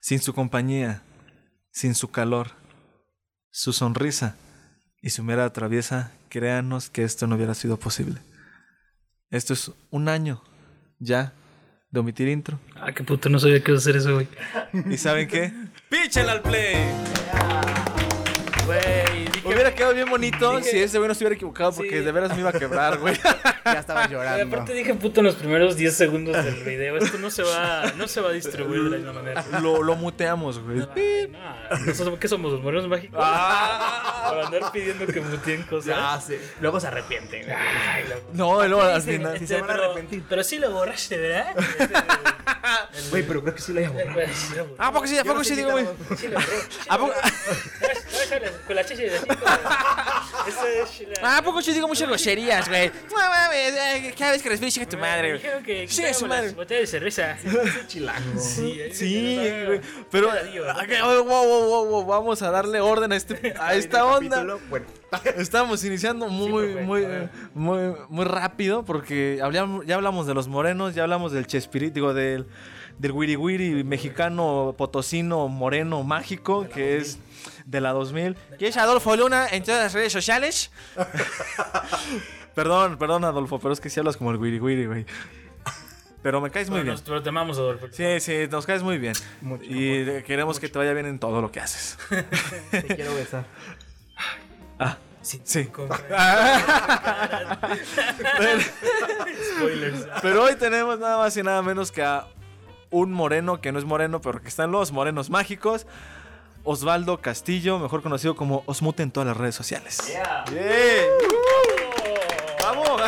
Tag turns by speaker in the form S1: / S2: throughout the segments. S1: sin su compañía, sin su calor, su sonrisa y su mirada traviesa, créanos que esto no hubiera sido posible. Esto es un año ya de omitir intro.
S2: Ah, qué puto, no sabía que iba a hacer eso, güey.
S1: ¿Y saben qué? ¡Píchenle al play!
S3: Güey, dije-
S1: Hubiera quedado bien bonito
S2: Dije-
S1: si ese güey no se hubiera equivocado porque
S2: Sí.
S1: de veras me iba a quebrar, güey.
S3: ya estaba
S2: Güey,
S3: llorando.
S2: aparte dije puto en los primeros 10 segundos del video. Esto no se va, no se va a distribuir de la misma manera.
S1: Lo, lo muteamos, güey.
S2: Ay, no, ¿Nosotros qué somos? ¿Los morenos mágicos?
S3: Ah.
S1: Ah.
S2: Para andar pidiendo que mutien cosas.
S3: sé. Luego se arrepienten. güey.
S2: Ay, la-
S1: No, y luego al
S3: dicen?
S1: final.
S3: Sí, se van a
S2: Este, pero-
S3: arrepentir.
S2: Pero sí lo borraste, ¿verdad?
S3: Güey, pero creo que sí lo había borrado. Ah,
S1: Ah, ¿a poco sí, a poco sí, digo, güey. ¿A poco-
S2: Con la chicha de Eso es
S1: Ah, ¿a poco yo digo muchas groserías, güey? No mames, eh, cada vez que respiro, chica tu madre, güey.
S2: Dijeron
S1: Sí,
S2: que
S1: su
S2: quitáramos
S1: madre.
S2: las botellas de cerveza.
S3: Chilango.
S2: Sí,
S1: Sí,
S2: ahí-
S1: güey. Pero,
S2: Dios.
S1: ah, que- wow, wow, wow, wow, vamos a darle orden a, este, a esta onda.
S3: Bueno,
S1: Estamos iniciando muy,
S2: perfecto,
S1: muy,
S2: a ver.
S1: muy, muy rápido porque hablamos- ya hablamos de los morenos, ya hablamos del chespirito, digo, del, del wiri wiri mexicano, potosino, moreno, mágico, que es de la 2000. Que es Adolfo Luna en todas las redes sociales. perdón, perdón, Adolfo, pero es que si hablas como el wiri wiri, güey. Pero me caes muy
S2: Bueno,
S1: bien.
S2: nos- Pero te amamos, Adolfo.
S1: Sí, sí, nos caes muy bien.
S3: Mucho,
S1: y queremos que te vaya bien en todo lo que haces.
S3: te quiero besar.
S1: Ah, sí.
S2: Spoilers.
S1: Pero hoy tenemos nada más y nada menos que a un moreno que no es moreno, pero que están los morenos mágicos. Osvaldo Castillo, mejor conocido como Osmute en todas las redes sociales. Yeah. ¡Vamos!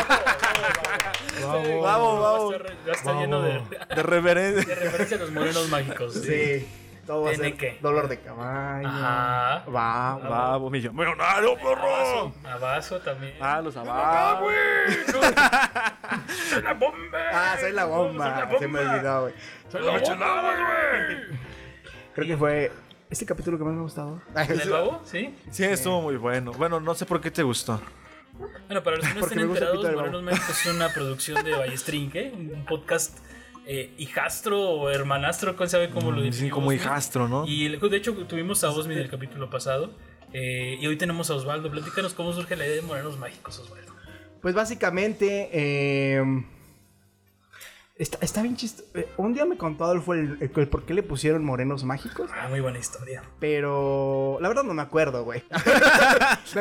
S2: Vamos,
S1: Vamos, vamos.
S2: Va a estar lleno de, de
S1: De reverencia.
S2: referencia a los morenos mágicos.
S3: Sí. Todo va a
S2: ¿Tiene
S3: ser
S2: qué?
S3: dolor de caballo.
S2: Ajá.
S3: Va, va.
S1: ¡Vamos, millo! ¡Millonario, perro!
S2: Abazo también.
S1: ¡Ah, los abajo!
S2: ¡Soy la bomba!
S3: Ah, soy la bomba. Se me olvidó, güey.
S2: ¡Soy la bomba!
S3: Creo que fue. ¿Es el capítulo que más me ha gustado?
S2: ¿El babo? ¿Sí?
S1: Sí, estuvo muy bueno. Bueno, no sé por qué te gustó.
S2: Bueno, para los que no
S3: Porque
S2: estén
S3: me gusta
S2: enterados,
S3: Pito de Babo.
S2: Morenos Mágicos es una producción de Ballestrinque, un podcast eh, hijastro o hermanastro, ¿cuál sabe cómo lo
S1: Sí,
S3: Mm,
S2: definimos?
S1: como
S2: ¿no?
S1: hijastro, ¿no?
S2: Y el- de hecho tuvimos a Osmi del capítulo pasado eh, y hoy tenemos a Osvaldo. Platícanos cómo surge la idea de Morenos Mágicos, Osvaldo.
S3: Pues básicamente. eh, Está, está bien chistoso. Un día me contó Adolfo el, el- el por qué le pusieron morenos mágicos.
S2: Ah, muy buena historia.
S3: Pero la verdad no me acuerdo, güey. me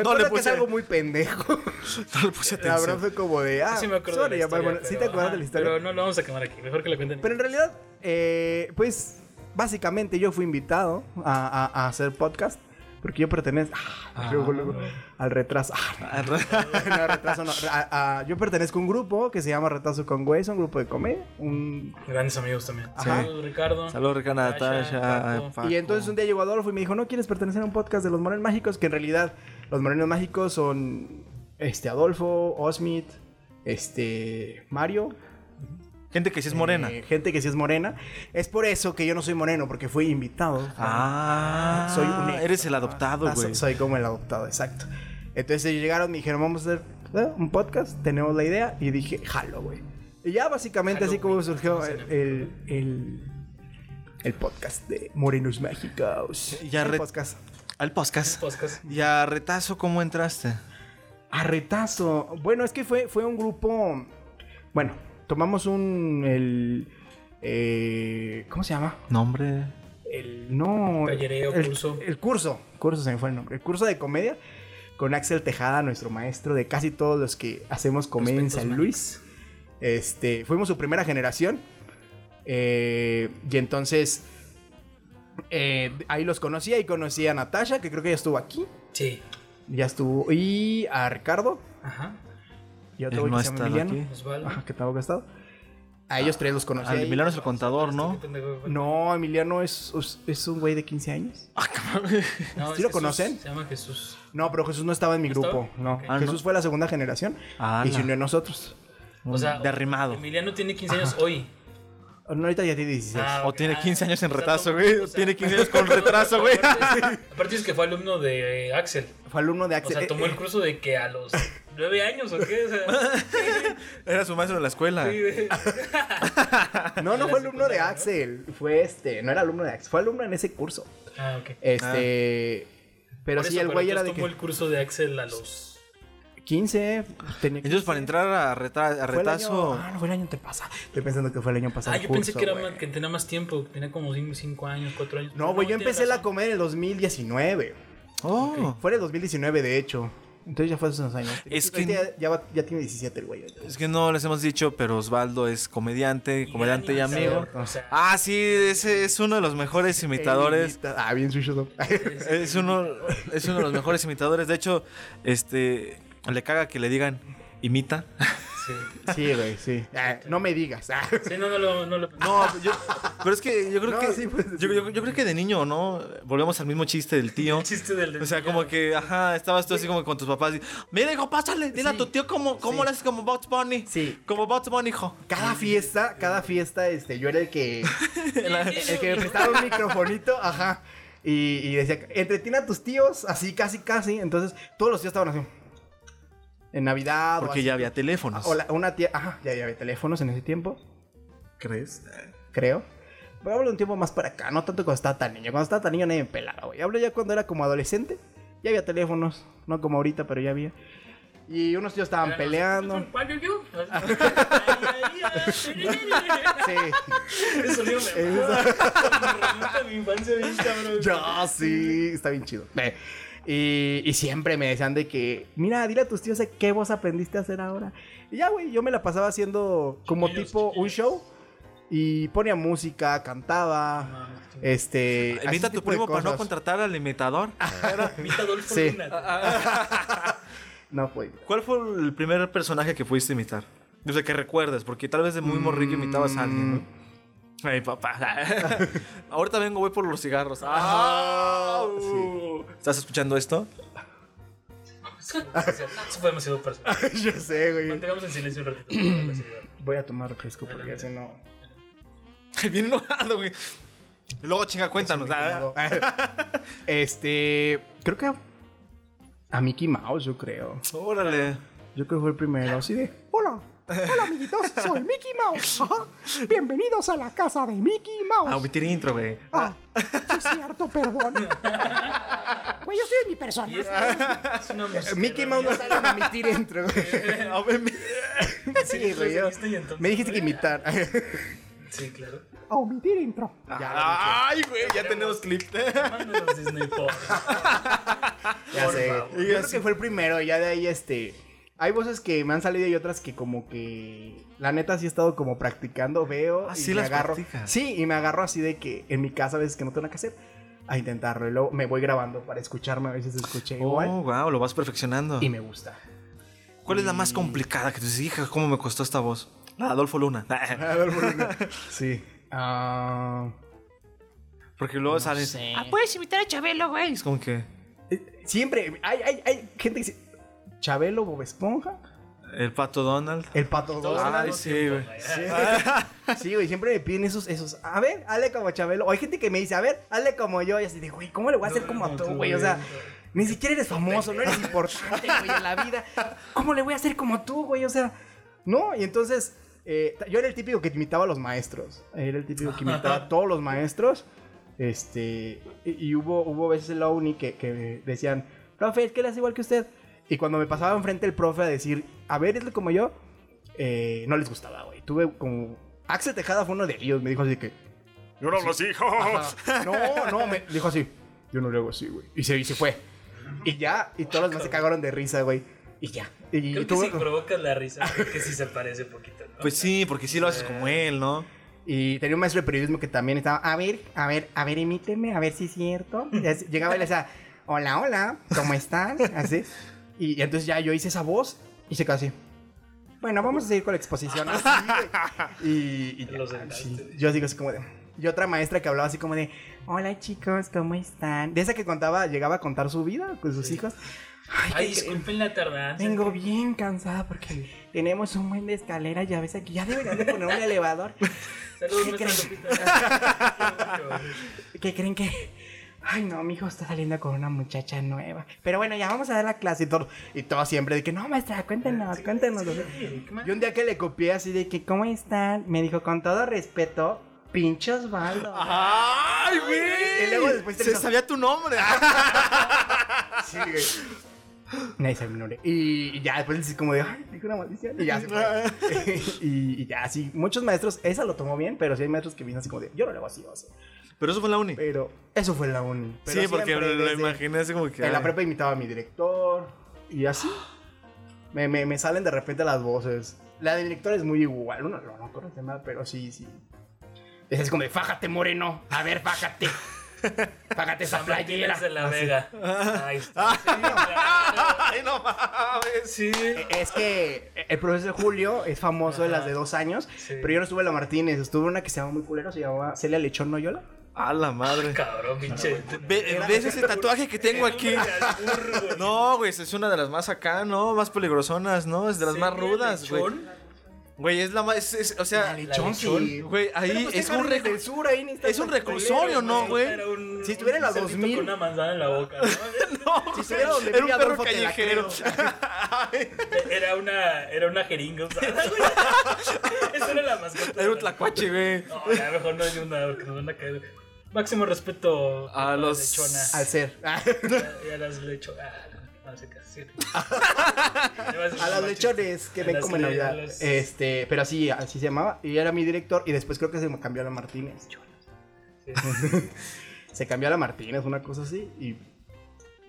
S3: acuerdo
S1: le
S3: que es
S1: puse-
S3: algo muy pendejo.
S1: No le puse
S3: La verdad
S1: atención.
S3: fue como de, ah,
S2: sí me acuerdo de
S3: sorry,
S2: la
S3: ya,
S2: historia.
S3: bueno, sí te
S2: pero-
S3: acuerdas de
S2: ajá,
S3: la historia.
S2: Pero
S3: Pero,
S2: no lo vamos a quemar aquí, mejor que la cuenten.
S3: en realidad, eh, pues, básicamente yo fui invitado a, a- a hacer podcast. Porque yo pertenezco ah,
S2: Ah,
S3: luego, luego, al retraso. Ah, no, retraso no. A- a- yo pertenezco a un grupo que se llama Retraso con Güey. Es un grupo de comedia. Un
S2: Grandes amigos también.
S3: Ajá.
S2: Saludos, Ricardo.
S1: Saludos, Ricardo,
S2: Natasha,
S1: Natasha.
S2: Paco.
S1: Paco.
S3: Y entonces un día llegó Adolfo y me dijo, ¿no quieres pertenecer a un podcast de los morenos mágicos? Que en realidad los morenos mágicos son este Adolfo, Osmit, este Mario.
S1: Gente que sí es morena.
S3: eh, gente que sí es morena. Es por eso que yo no soy moreno, porque fui invitado.
S1: Ah,
S3: Soy un extra.
S1: Eres el adoptado,
S3: Ah, so-
S1: güey.
S3: soy como el adoptado, exacto. Entonces ellos llegaron y me dijeron, vamos a hacer eh, un podcast, tenemos la idea. Y dije, jalo, güey. Y ya básicamente
S2: Jalo,
S3: así como
S2: güey.
S3: surgió
S2: Sí,
S3: el,
S2: sí.
S3: el, el- el podcast de Morenos Mágicos.
S1: Ya
S3: el
S1: re-
S3: podcast.
S1: Al podcast.
S2: Podcast.
S1: Y a Retazo, ¿cómo entraste?
S3: A retazo. Bueno, es que fue, fue un grupo. Bueno, tomamos un. El, eh, ¿Cómo se llama?
S1: Nombre.
S3: El. No.
S2: Tallereo,
S3: el,
S2: curso.
S3: El curso. Curso se me fue el nombre. El curso de comedia con Axel Tejada, nuestro maestro de casi todos los que hacemos comedia en
S2: Prospectos
S3: San Luis. Este, fuimos su primera generación. eh, y entonces. eh, ahí los conocía y conocí a Natasha, que creo que ya estuvo aquí.
S2: Sí.
S3: Ya estuvo. Y a Ricardo.
S2: Ajá.
S3: Y a
S1: Él
S3: otro güey
S1: no
S3: que
S1: ha
S3: se llama
S1: estado
S3: Emiliano.
S1: aquí.
S2: Osvaldo.
S3: Ajá, que estaba gastado. A ellos tres los conocí.
S1: Al
S3: Pues ahí.
S1: Emiliano es el contador, ¿no?
S2: Este pendejo fue-
S3: No, Emiliano es, es- es un güey de 15 años.
S1: Ah,
S2: No,
S3: ¿Sí
S2: es
S3: lo
S2: Jesús,
S3: conocen?
S2: Se llama Jesús.
S3: No, pero Jesús no estaba en mi
S2: ¿No estaba?
S3: grupo. No.
S2: Ok.
S1: Ah,
S3: Jesús
S1: ¿no?
S3: fue la segunda generación
S1: Ah,
S3: y se
S1: la-
S3: unió a nosotros.
S2: O sea,
S1: derrimado.
S2: Emiliano tiene 15 años hoy.
S3: No, ahorita ya tiene 16.
S2: Ah,
S1: O
S2: ok.
S1: tiene 15 años en
S2: sea,
S1: retraso,
S2: somos-
S1: güey.
S2: o sea,
S1: Tiene 15 años con retraso, güey.
S2: Aparte, aparte es que fue alumno de eh, Axel.
S3: Fue alumno de
S2: O
S3: Axel.
S2: sea, tomó
S3: Eh,
S2: el curso de que a los ¿Nueve años o qué? O sea,
S1: Era su maestro en la
S3: Ah.
S1: escuela.
S2: sí, de-
S3: No, no
S2: la
S3: fue alumno de
S2: secundaria, ¿no?
S3: Axel. Fue este. No era alumno de Axel. Fue alumno en ese curso.
S2: Ah, ok.
S3: Este. Pero
S2: Por
S3: sí,
S2: eso,
S3: el güey era de
S2: entonces
S3: que
S2: tomó el curso de Axel a los...
S3: 15. Tenía
S1: Entonces, para entrar a, retra- a
S3: Fue el año-
S1: retazo.
S3: Ah, no fue el año antepasado. Estoy pensando que fue el año pasado.
S2: Ah,
S3: el
S2: yo pensé
S3: curso,
S2: que, era
S3: güey.
S2: más- que tenía más tiempo, que tenía como 5 años, 4 años.
S3: No, güey, yo
S2: tienes
S3: empecé la
S2: razón.
S3: comer en el 2019.
S1: Oh.
S3: Fue en el 2019, de hecho. Entonces ya fue hace unos años.
S1: Es que-
S3: Ahorita ya, ya va- ya tiene 17 el güey.
S1: Es que no les hemos dicho, pero Osvaldo es comediante, comediante y amigo.
S2: O sea,
S1: Ah, sí, ese es uno de los mejores imitadores.
S3: Ah, bien suyo.
S1: Es uno, es uno de los mejores imitadores. De hecho, este le caga que le digan imita.
S2: sí.
S3: sí, güey, sí. Ah, no me digas. Ah.
S2: Sí, no, no lo... No, lo-
S1: No, yo- pero es que yo creo
S3: No,
S1: que
S3: sí, pues,
S1: yo, yo- yo creo que de niño, ¿no? Volvemos al mismo chiste del tío.
S2: El chiste del...
S1: O sea, como que, ajá, estabas tú así como con tus papás. Y, Mira, hijo, pásale, dile a tu tío cómo, cómo le haces como Bugs Bunny.
S3: Sí.
S1: Como Bugs Bunny, hijo.
S3: Cada fiesta, cada fiesta, este, yo era el que, el
S2: El
S3: que me prestaba un microfonito, ajá. Y, y decía, entretiene a tus tíos, así, casi, casi. Entonces, todos los tíos estaban así. En Navidad. o
S1: Porque
S3: así.
S1: ya había teléfonos.
S3: O la- una tía, ajá, ya, ya había teléfonos en ese tiempo. ¿Crees?
S1: Eh,
S3: Creo. Pero hablo de un tiempo más para acá, no tanto cuando estaba tan niño. Cuando estaba tan niño nadie me pelaba, güey. Hablo ya cuando era como adolescente. Ya había teléfonos, no como ahorita, pero ya había. Y unos tíos estaban peleando. Sí.
S2: Eso sonido me me remonta a mi infancia bien cabrón.
S3: Ya, sí, está bien chido. Ve. Y, y siempre me decían de que, mira, dile a tus tíos qué vos aprendiste a hacer ahora. Y ya, güey, yo me la pasaba haciendo como
S2: Chiquillos,
S3: tipo un
S2: chiquillos.
S3: show. Y ponía música, cantaba,
S2: mames, tú.
S3: este... así
S1: Invita a tu
S3: tipo de
S1: primo para no
S3: cosas.
S1: contratar al imitador.
S2: Imita a Adolfo
S3: Sí.
S2: Luna, güey.
S3: No, pues...
S1: ¿Cuál fue el primer personaje que fuiste a imitar? O sea, que recuerdes, porque tal vez de muy morrillo imitabas a
S3: Mm,
S1: alguien, ¿no? Ay, Mm. papá. Ahorita vengo, voy por los cigarros. Ah,
S3: sí.
S1: uh. ¿Estás escuchando esto?
S2: Eso fue demasiado personal.
S3: yo sé, güey.
S2: Mantengamos en silencio un ratito. por la seguridad.
S3: Voy a tomar refresco porque si no...
S1: Bien enojado, güey. Y Luego, chinga, cuéntanos. Ah,
S3: Este... Creo que... A Mickey Mouse, yo creo.
S1: Órale.
S3: Yo creo que fue el primero, así de... Hola, hola amiguitos, soy Mickey Mouse. Ajá. Bienvenidos a la casa de Mickey
S1: Ah,
S3: Mouse.
S1: omitir intro, güey.
S4: Ah, sí es cierto, perdón. Güey, yo soy mi
S2: Y es,
S4: personaje.
S2: es una
S3: Eh,
S2: música.
S3: Mickey Mouse no sale a emitir intro, güey.
S1: Ah, güey, mi-
S3: Sí, güey. yo-
S2: seguiste y entonces-
S3: Me dijiste que imitar.
S2: Sí, claro.
S4: A omitir intro.
S1: Ay, güey, ya tenemos clip.
S2: Mándanos Disney Pop.
S3: ya sé.
S2: Por
S3: Yo
S2: favor.
S3: creo que fue el primero, ya de ahí este... Hay voces que me han salido y otras que como que... La neta sí he estado como practicando, veo
S1: Ah,
S3: y
S1: sí
S3: me
S1: las
S3: agarro.
S1: practicas.
S3: Sí, y me agarro así de que en mi casa a veces que no tengo nada que hacer, a intentarlo. Y luego me voy grabando para escucharme, a veces escuché igual
S1: Oh, wow, lo vas perfeccionando.
S3: y me gusta.
S1: ¿Cuál es la más complicada que tú dices, hija, cómo me costó esta voz? La de Adolfo Luna.
S3: Sí. Ah,
S1: Porque luego sales.
S4: Ah, puedes imitar a Chabelo, güey.
S1: Es como que.
S3: eh, siempre hay, hay, hay gente que dice Chabelo Bob Esponja,
S1: El pato Donald.
S3: el pato
S2: Todos
S3: Donald.
S2: hablando
S1: sí,
S2: tiempo,
S1: güey.
S2: güey.
S3: Sí, güey, siempre me piden esos, esos. A ver, hazle como Chabelo. O hay gente que me dice, a ver, hazle como yo. Y así de, güey, ¿cómo le voy a hacer
S2: No,
S3: como
S2: no,
S3: a tú,
S2: tú,
S3: güey? O
S2: güey.
S3: sea, ni siquiera eres famoso, no eres importante, güey, en la vida. ¿Cómo le voy a hacer como tú, güey? O sea, no. Y entonces, eh, yo era el típico que imitaba a los maestros. Era el típico que imitaba a todos los maestros. Este, y, y hubo, hubo veces en la uni que, que decían, profe, es que él hace igual que usted. Y cuando me pasaba enfrente el profe a decir, a ver, es como yo, eh, no les gustaba, güey. Tuve como. Axel Tejada fue uno de ellos, me dijo así que.
S5: Yo no hablo así,
S3: No, no, me dijo así. Yo no le hago así, güey. Y se, y se fue. Y ya, y todos los demás se cagaron de risa, güey. Y ya. Y,
S2: Creo que
S3: tuve-
S2: si provocas la risa, creo que sí se parece un poquito, ¿no?
S1: Pues sí, porque sí lo haces como él, ¿no?
S3: y tenía un maestro de periodismo que también estaba. A ver, a ver, a ver, imíteme, a ver si es cierto. Y así, Llegaba y le decía, hola, hola, ¿cómo están? Así. Y, y entonces ya yo hice esa voz y se quedó así. Bueno, vamos a seguir con la exposición. Así, güey. y, y ya,
S2: Los sentaste.
S3: sí. yo digo así como de. Y otra maestra que hablaba así como de: Hola chicos, ¿cómo están? De esa que contaba, llegaba a contar su vida con sus hijos. Ay,
S2: Ay,
S3: ¿qué creen?
S2: disculpen la tardanza.
S3: Vengo bien cansada porque tenemos un buen de escaleras, ya ves aquí, ya deberían de poner un elevador.
S2: Saludos,
S3: ¿Qué
S2: maestra
S3: creen?
S2: Lupita.
S3: ¿Qué creen que? Ay, no, mi hijo está saliendo con una muchacha nueva. Pero bueno, ya vamos a dar la clase y todo. Y todo siempre de que, no, maestra, cuéntenos, cuéntenos. Y un día que le copié así de que, ¿cómo están? Me dijo, con todo respeto, pinchos baldos.
S1: ¡Ay, güey!
S3: Y luego después te
S1: Se
S3: hizo-
S1: sabía tu nombre.
S3: Sí, güey. Nadie sabe mi nombre. Y ya después dices como de, ay, dijo una maldición. Y ya se fue. y, y ya, sí, muchos maestros, esa lo tomó bien, pero sí hay maestros que vienen así como de, yo no le hago así, o sea.
S1: Pero eso fue la uni.
S3: Pero eso fue la uni. Pero
S1: sí, porque lo,
S3: siempre
S1: lo
S3: desde-
S1: imaginé así como que.
S3: En la
S1: ay.
S3: prepa imitaba a mi director y así. Me, me- me salen de repente las voces. La de director es muy igual, uno no, no conoce nada, pero sí, sí. Ese es como de, fájate, moreno. A ver, fájate. Fájate esa playera. Ah,
S2: Martínez de la
S3: Así.
S2: Vega. Ahí está.
S1: ¡Ay, no mames!
S2: Sí.
S3: Es que el profesor Julio es famoso de las de dos años,
S2: Sí.
S3: pero yo no estuve en la Martínez, estuve en una que se llama muy culero, se llamaba Celia Lechón Noyola.
S1: ¡A la madre!
S2: Cabrón, pinche.
S1: Ve- ¿Ves ese tatuaje que tengo aquí? No, güey, es una de las más acá, ¿no? Más peligrosonas, ¿no? Es de las más rudas, güey. Güey, es la más. es- es- o sea,
S2: Ah, Lechón, sí.
S1: güey, ahí
S3: pues,
S1: es un, recu- es un reclusorio, ¿no, güey?
S3: Si estuviera en la 2000.
S2: Con una manzana en la boca, ¿no?
S1: No,
S3: Si estuviera donde
S1: era un
S3: vive
S1: perro
S3: Adolfo, te la
S1: callejero.
S2: Era una, era una jeringa usada, güey. Esa era la mascota.
S1: Era un tlacuache, güey.
S2: No, ya mejor no hay una, porque nos van a caer. Máximo respeto
S1: A
S2: la
S1: los-
S2: lechona.
S3: Al ser.
S2: Y a las lechonas. No sé qué hacer.
S3: A las lechones que
S2: A
S3: me
S2: las
S3: comen
S2: le-
S3: Navidad.
S2: a las-
S3: Este, pero así, así se llamaba. Y era mi director. Y después creo que se me cambió a la Martínez. se cambió a la Martínez, una cosa así. Y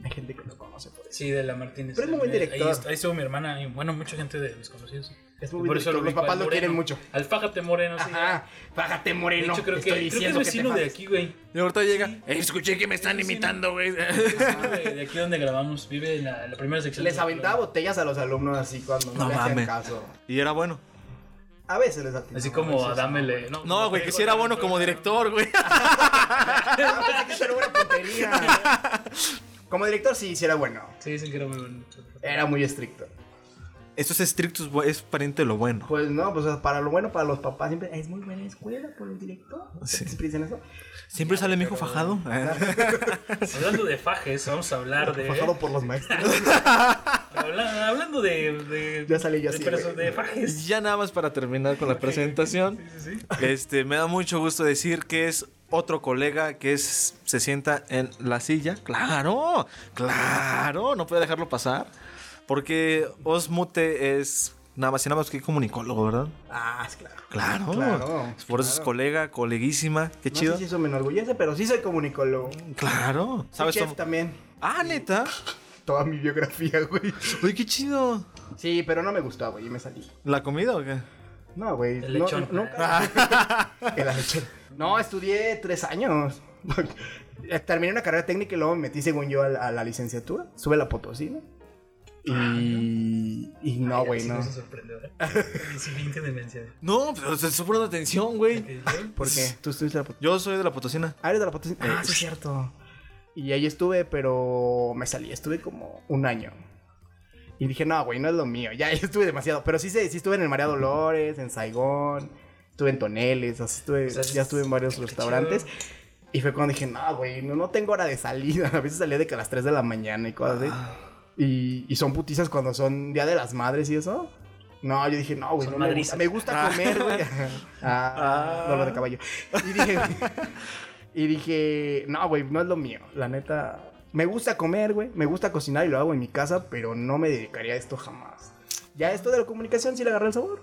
S3: hay gente que lo conoce pues. por eso.
S2: Sí, de la Martínez.
S3: Pero es muy buen
S2: Ahí-
S3: director.
S2: Ahí, est- ahí estuvo mi hermana y bueno, mucha gente de mis conocidos.
S3: Es
S2: Y
S3: muy buen director, los
S2: ubico,
S3: papás
S2: al
S3: lo quieren
S2: Moreno.
S3: mucho.
S2: Al Fájate Moreno, sí.
S3: Ajá, bájate
S2: De
S3: moreno.
S2: hecho, creo, que,
S3: estoy
S2: creo que es
S3: diciendo que te
S2: vecino de
S3: mames.
S2: aquí, güey.
S1: Y ahorita llega. "Eh, escuché que me están
S2: Sí, sí,
S1: imitando, güey.
S2: Vecino Ah, De, de aquí donde grabamos, vive en la, en la primera sección.
S3: Les
S2: de-
S3: aventaba botellas a los alumnos así cuando no,
S1: No
S3: le hacían
S1: mames.
S3: caso.
S1: Y era bueno.
S3: A veces les atinaba.
S2: Así como
S3: a
S2: a
S3: veces
S2: Dámele.
S1: No, güey, que si era bueno como director, güey.
S3: Ah, pensé que eso era una puntería. Como director sí, sí era bueno.
S2: Sí, dicen que era muy bueno.
S3: Era muy estricto.
S1: Esto es estrictus, bu- es pariente de lo bueno.
S3: Pues no, pues para lo bueno, para los papás siempre es muy buena escuela por el director.
S1: Sí.
S3: Siempre dicen eso.
S1: Siempre sale mi hijo fajado.
S2: Hablando de fajes, vamos a hablar de.
S3: Fajado por los maestros.
S2: Habla- hablando de. de
S3: Ya salí yo así,
S2: De, perso-
S3: güey.
S2: de fajes.
S1: Ya nada más para terminar con la presentación.
S2: Sí, sí, sí.
S1: Este, me da mucho gusto decir que es otro colega que es, se sienta en la silla. Claro, claro, no puede dejarlo pasar. Porque Osmute es nada más y nada más que comunicólogo, ¿verdad?
S3: ah, claro.
S1: Claro.
S3: Claro,
S1: Por eso es
S3: claro.
S1: colega, coleguísima. Qué
S3: No
S1: chido.
S3: sé si eso me enorgullece, pero sí soy comunicólogo. Soy
S1: Claro. ¿Sabes
S3: chef
S1: cómo?
S3: también.
S1: Ah, neta.
S3: Toda mi biografía, güey.
S1: Uy, qué chido.
S3: Sí, pero no me gustaba, güey, y me salí.
S1: ¿La comida o qué?
S3: No, güey.
S2: El
S3: no-
S2: lechón.
S3: no- nunca. El lechón. No, estudié tres años. Terminé una carrera técnica y luego me metí, según yo, a la, a la licenciatura. Sube la potosina.
S1: Ah,
S3: Y, y no, Ah, güey,
S2: Sí,
S3: no.
S2: se sorprendió, ¿eh? Mi siguiente demencia.
S1: No, pero se está poniendo atención, güey.
S3: ¿Por qué? ¿Tú estuviste la potosina?
S1: Yo soy de la Potosina.
S3: Ah, eres de la potosina. Ah, sí, es cierto. Y ahí estuve, pero me salí. Estuve como un año. Y dije, no, güey, no es lo mío. Ya ya estuve demasiado. Pero sí, sé- sí estuve en el María Dolores, en Saigón. Estuve en Toneles. así estuve-
S2: O sea,
S3: ya estuve en varios
S2: qué
S3: restaurantes.
S2: chido.
S3: Y fue cuando dije, no, güey, no, no tengo hora de salida. A veces salía de que a las 3 de la mañana y cosas así.
S2: Ah.
S3: Y, y son putizas cuando son Día de las Madres y eso. No, yo dije, no, güey,
S2: Son
S3: no me gusta,
S2: madrizas.
S3: me gusta comer, güey. Ah,
S1: Ah.
S3: dolor de caballo. Y dije, y dije, no, güey, no es lo mío. La neta, me gusta comer, güey. Me gusta cocinar y lo hago en mi casa, pero no me dedicaría a esto jamás. Ya esto de la comunicación sí le agarré el sabor.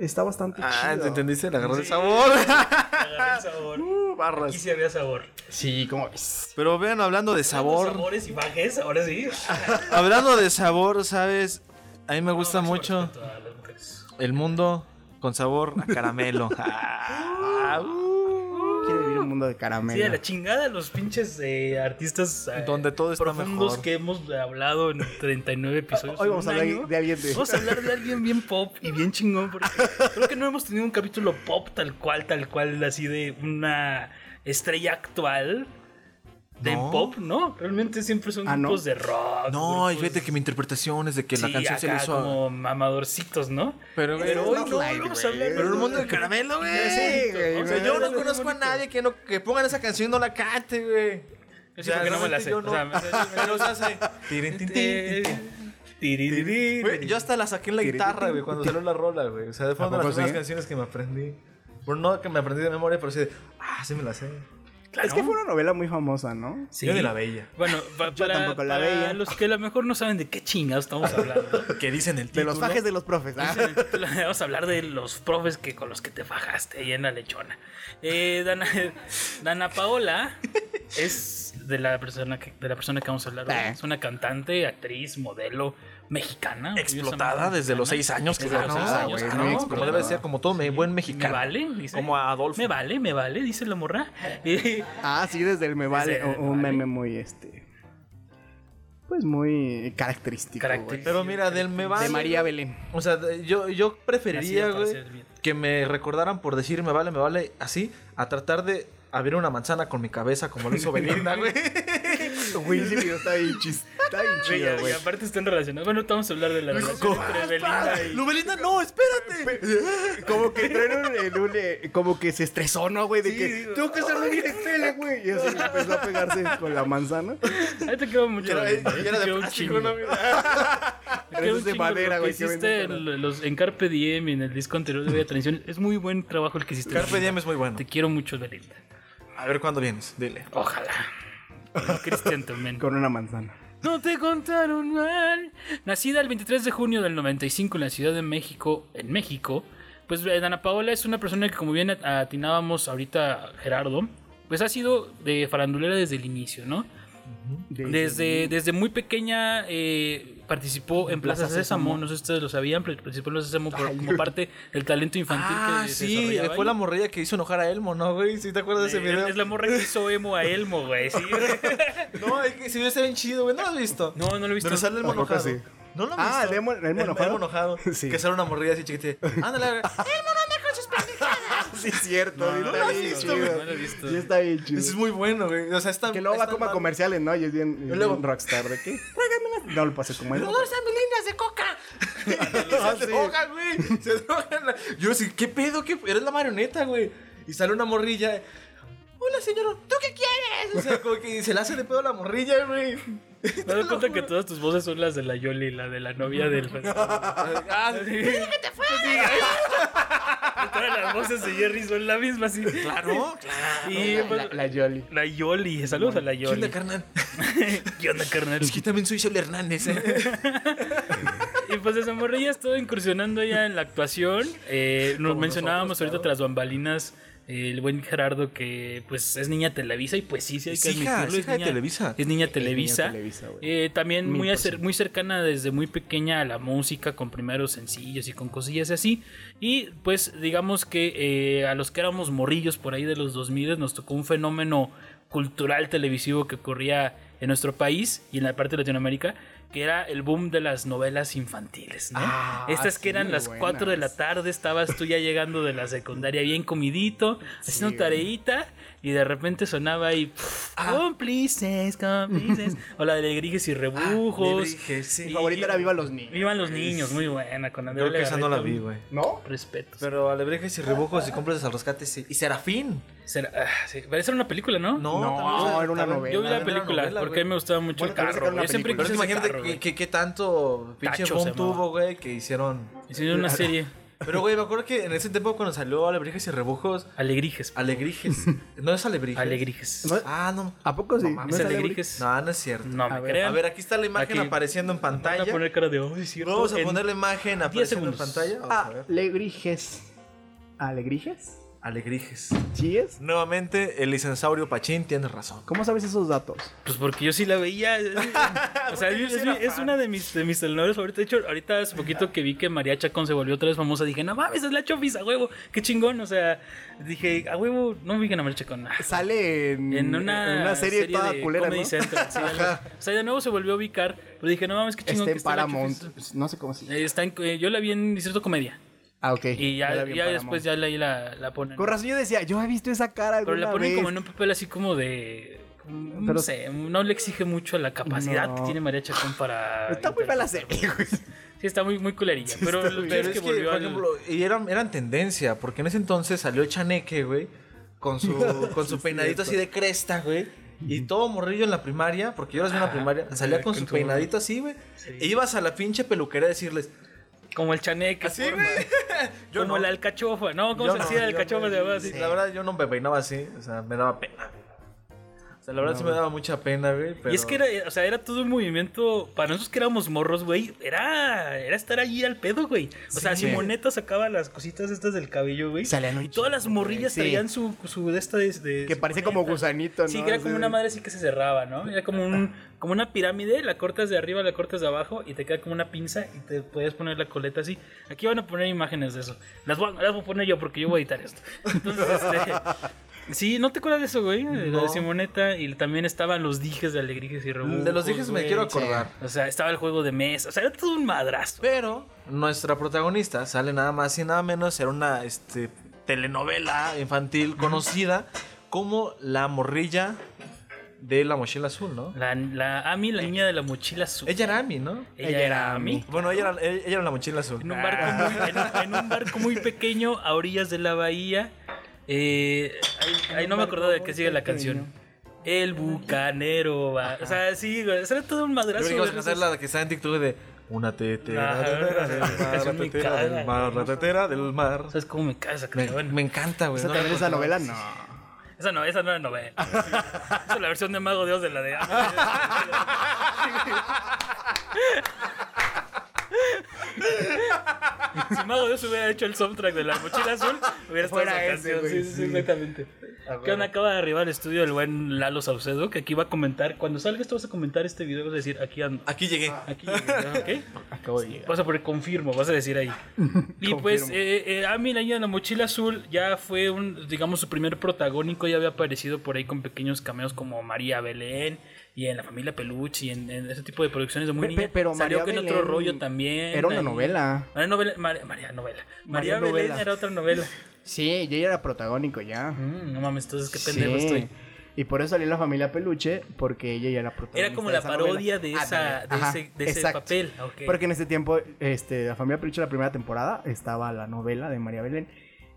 S3: Está bastante
S1: Ah,
S3: chido.
S1: ¿te entendiste? Le agarré el
S2: Sí.
S1: sabor.
S2: Agarré el sabor.
S1: Uh, barras.
S2: Aquí sí había sabor.
S3: Sí, ¿cómo ves?
S1: Pero vean, hablando de
S2: Los
S1: sabor,
S2: Sabores y fajes, ahora sí.
S1: hablando de sabor, ¿sabes? A mí me gusta
S2: No, máximo
S1: mucho
S2: respeto a las mujeres.
S1: el mundo con sabor a caramelo. Ah, uh.
S3: Quiere vivir un mundo de caramelo.
S2: Sí, a la chingada los pinches eh, artistas eh,
S1: Donde todo está
S2: profundos
S1: mejor.
S2: que hemos hablado en 39 episodios.
S3: Hoy
S2: en
S3: vamos a
S2: un
S3: hablar
S2: año.
S3: de alguien de...
S2: Vamos a hablar de alguien bien pop y bien chingón porque creo que no hemos tenido un capítulo pop tal cual, tal cual, así de una estrella actual de
S1: No.
S2: pop, ¿no? Realmente siempre son
S3: Ah, ¿no?
S2: grupos de rock.
S1: No, y
S2: grupos-
S1: fíjate que mi interpretación es de que la
S2: Sí,
S1: canción se le
S2: acá
S1: hizo. a-
S2: como mamadorcitos, ¿no?
S1: Pero, güey,
S2: Pero
S3: es
S2: hoy
S3: not
S2: no,
S3: light,
S2: vamos a
S3: güey.
S2: hablar de-
S1: Pero el mundo de caramelo, güey.
S3: Sí, güey,
S1: O sea,
S3: güey,
S1: yo
S3: es
S1: no
S3: muy
S1: conozco a
S3: bonito.
S1: nadie que, no, que pongan esa canción y no la cante, güey.
S2: Yo sí porque no me la sé.
S1: yo
S2: O sea, me-
S1: Pero se hace. tirin, tin, tin, tin, tin, tin. Güey, Yo hasta la saqué en la guitarra, güey, cuando salió la rola, güey. O sea, de fondo
S3: ¿A
S1: de
S3: poco
S1: las primeras
S3: sí?
S1: canciones que me aprendí. Bueno, no que me aprendí de memoria, pero sí de, ah, sí me la sé.
S2: Claro.
S3: Es que fue una novela muy famosa, ¿no?
S2: Sí.
S1: Yo de la bella.
S2: Bueno, pa-
S3: Yo
S2: para,
S3: tampoco la
S2: para
S3: veía.
S2: los que a lo mejor no saben de qué chingados estamos hablando.
S1: Que dicen el título.
S3: De los fajes de los profes. ah.
S2: Vamos a hablar de los profes que con los que te fajaste ahí en la lechona. Eh, Dana, Dana Paola es de la persona que, de la persona que vamos a hablar. hoy. Es una cantante, actriz, modelo mexicana.
S1: Explotada desde los seis años que
S2: Desde los
S1: ganó.
S2: seis
S1: Ah,
S2: años,
S1: güey,
S2: ganó,
S1: no, Como debe
S2: claro.
S1: ser, como todo me- buen
S2: Me
S1: mexicano.
S2: vale, dice.
S1: Como a Adolfo.
S2: Me vale, me vale, dice la morra. Y-
S3: Ah, sí, desde el me vale.
S2: Desde el
S3: o-
S2: me
S3: un
S2: vale.
S3: meme muy este. Pues muy característico. güey.
S2: Característico.
S1: Pero mira, del me vale.
S3: De María Belén.
S1: O sea, de- yo, yo preferiría,
S2: Nacida para
S1: güey,
S2: ser bien.
S1: que me recordaran por decir me vale, me vale, así, a tratar de abrir una manzana con mi cabeza como lo hizo Belinda, güey.
S3: Güey, ese video está bien chis- está bien
S2: Güey,
S3: chido,
S2: y
S3: güey.
S2: aparte están relacionados. Bueno, te vamos a hablar de la relación
S1: Ah,
S2: entre Belinda y...
S1: ¡Lo Belinda, no! ¡Espérate!
S2: pues.
S3: Como que entró en un, en un, eh, como que se estresó, ¿no, güey? De
S2: Sí,
S3: que
S2: digo,
S3: tengo que hacer un directele, güey. Y así empezó a pegarse con la manzana.
S2: Ahí te quedó mucho.
S1: Y era-
S2: Belinda, ahí
S1: y era
S2: te
S1: de
S2: quedó un
S1: plástico,
S2: chingo.
S1: ¿no?
S2: Te quedó
S3: Pero
S2: un
S3: es de
S2: chingo
S3: madera,
S2: lo que
S3: güey, que venden
S2: hiciste
S3: para-
S2: en, los, en Carpe Diem y en el disco anterior de Bella Transición. Es muy buen trabajo el que hiciste.
S1: Carpe
S2: Belinda.
S1: Diem es muy bueno.
S2: Te quiero mucho, Belinda.
S1: A ver cuándo vienes, dile.
S2: Ojalá. Cristian también.
S3: Con una manzana.
S2: No te contaron mal. Nacida el 23 de junio del 95 en la Ciudad de México, en México, pues eh, Dana Paola es una persona que como bien atinábamos ahorita Gerardo, pues ha sido de farandulera desde el inicio, ¿no? Desde, desde muy pequeña eh, participó en Plaza Sésamo, no sé si ustedes lo sabían, pero participó en Plaza Sésamo por- como parte del talento infantil
S1: Ah,
S2: que se
S1: sí,
S2: desarrollaba
S1: fue
S2: ahí.
S1: la morrilla que hizo enojar a Elmo, ¿no, güey? ¿Sí te acuerdas de ese video?
S2: Eh, Es la morra que hizo emo a Elmo, güey. ¿sí?
S1: No, es que se vio está bien chido, güey. ¿No lo has visto?
S2: No, no lo he visto.
S1: Donde sale el
S3: ¿A poco
S1: monojado.
S3: sí?
S1: No lo he
S3: Ah,
S1: visto.
S3: ¿el Elmo- el Elmo enojado?
S1: enojado.
S3: Sí.
S1: Que sale una morrilla así chiquitita. Ándale, güey.
S3: Sí, es cierto. sí,
S2: no
S3: está
S2: lo he
S3: bien
S2: visto,
S3: chido.
S2: güey, no lo he visto.
S3: Sí, está bien
S1: Eso es
S3: chido.
S1: muy bueno, güey. O sea, está.
S3: Que luego va
S1: está
S3: como a
S1: mal.
S3: comerciales, ¿no? Y es bien, y es
S1: luego-
S3: bien rockstar. ¿De qué? Tráigame No lo pasé como él.
S1: Ah, se drogan, güey. Se drogan. Yo sí, ¿qué pedo? ¿Qué? Eres la marioneta, güey. Y sale una morrilla. Hola, señor. ¿Tú qué quieres? O sea, como que se le hace de pedo a la morrilla, güey.
S2: Me doy cuenta que todas tus voces son las de la Yoli, la de la novia del.
S1: Ah, sí.
S2: Todas las voces de Jerry son la misma, sí.
S1: Claro, claro.
S2: Y, pues, la,
S3: La Jolly.
S2: Yoli, saludos a la
S1: ¿Qué onda,
S2: Yoli.
S1: carnal?
S2: ¿Qué onda, carnal?
S1: Es que también soy Sol Hernández, ¿eh?
S2: Y pues esa morrilla estuvo incursionando ya en la actuación. Eh, nos mencionábamos ahorita tras bambalinas eh, el buen Gerardo que pues es niña Televisa y pues sí, sí hay que
S1: Es hija,
S2: admitirlo.
S1: es hija de Televisa.
S2: Es niña Televisa.
S3: Televisa, güey.
S2: Eh, también
S3: Mil
S2: muy,
S3: por
S2: acer-
S3: ciento.
S2: muy cercana desde muy pequeña a la música con primeros sencillos y con cosillas así. Y pues digamos que eh, a los que éramos morrillos por ahí de los 2000 nos tocó un fenómeno cultural televisivo que ocurría en nuestro país y en la parte de Latinoamérica, que era el boom de las novelas infantiles. ¿no?
S3: Ah,
S2: Estas que
S3: sí,
S2: eran las
S3: buenas.
S2: 4 de la tarde, estabas tú ya llegando de la secundaria bien comidito, haciendo
S3: güey.
S2: tareita y de repente sonaba ahí pff,
S1: Ah.
S2: cómplices, cómplices, o la de Legriges y Rebujos.
S1: Lebriges, sí.
S2: Y-
S3: Mi favorita era Viva los Niños.
S2: Vivan los niños, muy buena con Andrea
S1: Creo que esa no la vi,
S2: Legarreta,
S1: güey.
S3: ¿No?
S2: Respetos.
S1: Pero Alebrijes y Rebujos y Cómplices al Rescate sí. Y Serafín.
S2: Será, ah, sí, parece una película, ¿no?
S1: No,
S3: No,
S1: también-
S3: era una
S1: también-
S3: novela.
S2: Yo vi la
S1: era
S2: película
S1: novela,
S2: porque
S1: güey.
S2: a mí me gustaba mucho
S3: Bueno,
S2: el
S3: pero
S2: carro.
S3: sacaron una
S2: Yo siempre
S1: Pero
S2: quise
S1: es que
S2: ese
S1: imagínate
S2: carro,
S1: que,
S2: güey.
S1: que- que tanto pinche
S2: Cacho
S1: boom
S2: se llamaba.
S1: tuvo, güey, que hicieron.
S2: Hicieron una serie,
S1: Pero, güey, me acuerdo que en ese tiempo cuando salió Alebrijes y Rebujos,
S2: Alegriges.
S1: Alegrijes. ¿No es Alebrijes?
S2: Alegriges.
S3: No,
S1: Ah, no.
S3: ¿A poco sí?
S2: Es
S3: sale
S2: Alegrijes.
S1: No, no es cierto.
S2: No me
S1: a, ver,
S2: crean.
S1: a ver, aquí está la imagen
S2: Aquí.
S1: apareciendo en
S2: Van
S1: pantalla.
S2: a poner cara de, "Ay, es cierto",
S1: Vamos a
S2: en-
S1: poner la imagen apareciendo en
S2: segundos.
S1: pantalla. Vamos a ver.
S3: Alegrijes. ¿Alegrijes?
S1: Alegrijes.
S3: ¿Sí es?
S1: Nuevamente, el licenciaurio Pachín tiene razón.
S3: ¿Cómo sabes esos datos?
S2: Pues porque yo sí la veía. o sea, yo- es, mi- es una de mis, de mis telenovelas favoritas. De hecho, ahorita hace poquito que vi que María Chacón se volvió otra vez famosa, dije, no mames, es la chofis, a huevo. Qué chingón. O sea, dije, a huevo, no me fijan a María Chacón. Ah.
S3: Sale en,
S2: En una,
S3: en una serie, toda
S2: de
S3: culera,
S2: Comedy
S3: ¿no?
S2: Central, sí, algo así. o sea, de nuevo se volvió a ubicar. Pero dije, no mames, qué chingón
S3: Está
S2: que está
S3: en
S2: la
S3: Este, Paramount.
S2: Chofis.
S3: No sé cómo se llama.
S2: Eh, está en- eh, yo la vi en cierto comedia.
S3: Ah, ok.
S2: Y ya,
S3: Era bien
S2: ya
S3: Paramount.
S2: después ya la, ahí la, la ponen.
S3: Con razón yo decía, yo he visto esa cara alguna
S2: Pero la ponen
S3: vez.
S2: como en un papel así como de. No
S3: Pero-
S2: sé, no le exige mucho la capacidad
S3: No.
S2: que tiene María Chacón para.
S3: Está muy
S2: interpretar.
S3: mala serie, güey.
S2: Sí, está muy, muy culerilla. pero
S3: está
S2: lo
S3: muy-
S2: peor
S1: Pero
S2: es
S1: es
S2: que
S1: que,
S2: volvió
S1: por
S2: al-
S1: ejemplo, y eran, eran tendencia, porque en ese entonces salió Chaneque, güey, con su, con su peinadito así de cresta, güey. Y todo morrillo en la primaria, porque yo las vi
S2: Ah,
S1: en la primaria, salía con, su peinadito así, güey. E ibas a la pinche peluquería a decirles,
S2: Como el chaneque.
S1: así,
S2: forma.
S1: güey. Yo
S2: Como
S1: no.
S2: la alcachofa. No, ¿cómo
S1: Yo
S2: se
S1: no,
S2: hacía la
S1: yo
S2: alcachofa?
S1: no,
S2: Se llamaba así.
S1: sí, La verdad, yo no me peinaba así, o sea, me daba pena. güey. O sea, la verdad sí me daba mucha pena, güey. Pero...
S2: Y es que era, o sea, era todo un movimiento. Para nosotros que éramos morros, güey, era, era estar allí al pedo, güey. O sea,
S1: Sí.
S2: Simoneta sacaba las cositas estas del cabello, güey.
S3: Salían un
S2: Y todas las
S3: chingo,
S2: morrillas
S3: güey, sí.
S2: traían su, su de esta de. de
S3: Que parece como
S2: Simoneta.
S3: gusanito, ¿no?
S2: Sí, que era
S3: Así
S2: como
S3: de-
S2: una madre así que se cerraba, ¿no? Era como un como una pirámide, la cortas de arriba, la cortas de abajo y te queda como una pinza y te puedes poner la coleta así. Aquí van a poner imágenes de eso. Las voy, a- las voy a poner yo porque yo voy a editar esto. Entonces, este, sí, ¿no te acuerdas de eso, güey? De la de
S1: No.
S2: Simoneta y también estaban los dijes de Alegrijes y Rebujos.
S1: de los dijes me
S2: güey.
S1: quiero acordar.
S2: O sea, estaba el juego de mesa, o sea, era todo un madrazo.
S1: Pero nuestra protagonista sale nada más y nada menos, era una este, telenovela infantil conocida como La Morrilla de la Mochila Azul, ¿no?
S2: La, la Ami, la niña de la mochila azul.
S1: Ella era Ami, ¿no?
S2: Ella era Ami.
S1: Bueno, ella era, e, ella era la Mochila Azul.
S2: En un barco muy, en un- en un barco muy pequeño a orillas de la bahía. Eh, ahí, ahí no me acordaba de que sigue la canción. El bucanero va. O sea, sí, güey. Eso era todo un
S1: Yo
S2: madrazo.
S1: creo que ibas a
S2: güey.
S1: cantar la que está en TikTok de una tetera,
S2: Ajá,
S1: tetera
S2: güey,
S1: del
S2: esa
S1: mar,
S2: canción
S1: la
S2: me
S1: tetera
S2: caga,
S1: del mar, la tetera del mar.
S2: ¿Sabes cómo me casa?
S1: Me,
S2: creo? Bueno,
S1: me encanta, güey.
S3: Esa
S1: no la
S3: también esa
S1: encontraba.
S3: novela, no.
S2: Esa no, esa no era novela. Esa es la versión de Mago Dios de la de Si Mago Dios hubiera hecho el soundtrack de la mochila azul, hubiera estado
S3: Fuera
S2: esa
S3: ese,
S2: canción.
S3: güey,
S2: Sí, sí, sí,
S3: sí.
S2: exactamente. ¿Qué onda? Acaba de arribar al estudio el buen Lalo Saucedo, que aquí va a comentar. Cuando salgas, tú vas a comentar este video, vas a decir, aquí ando.
S1: Aquí llegué.
S2: Aquí, llegué, ¿ok?
S1: Acabo de llegar.
S2: Vas a poner confirmo, vas a decir ahí. Y pues, eh, eh, Ami, la niña de la mochila azul, ya fue un, digamos, su primer protagónico. Ya había aparecido por ahí con pequeños cameos como María Belén y en La Familia Peluche y en, en ese tipo de producciones de muy
S3: Pe-
S2: niña.
S3: pe- pero
S2: Salió
S3: María
S2: con otro
S3: Belén
S2: rollo también.
S3: era una
S2: ahí.
S3: novela.
S2: María novela. María, María novela. María,
S3: María
S2: Belén
S3: novela.
S2: era otra novela.
S3: Sí, yo ya era protagónico ya.
S2: Mm, no mames, entonces qué
S3: Sí.
S2: pendejo estoy.
S3: Y por eso salió la familia Peluche, porque ella ya era protagonista.
S2: Era como
S3: de
S2: la
S3: esa novela.
S2: parodia de, esa,
S3: Ándale.
S2: de
S3: Ajá,
S2: ese, de ese
S3: exacto.
S2: papel. Ah, ok.
S3: Porque en ese tiempo, este, la familia Peluche, la primera temporada, estaba la novela de María Belén.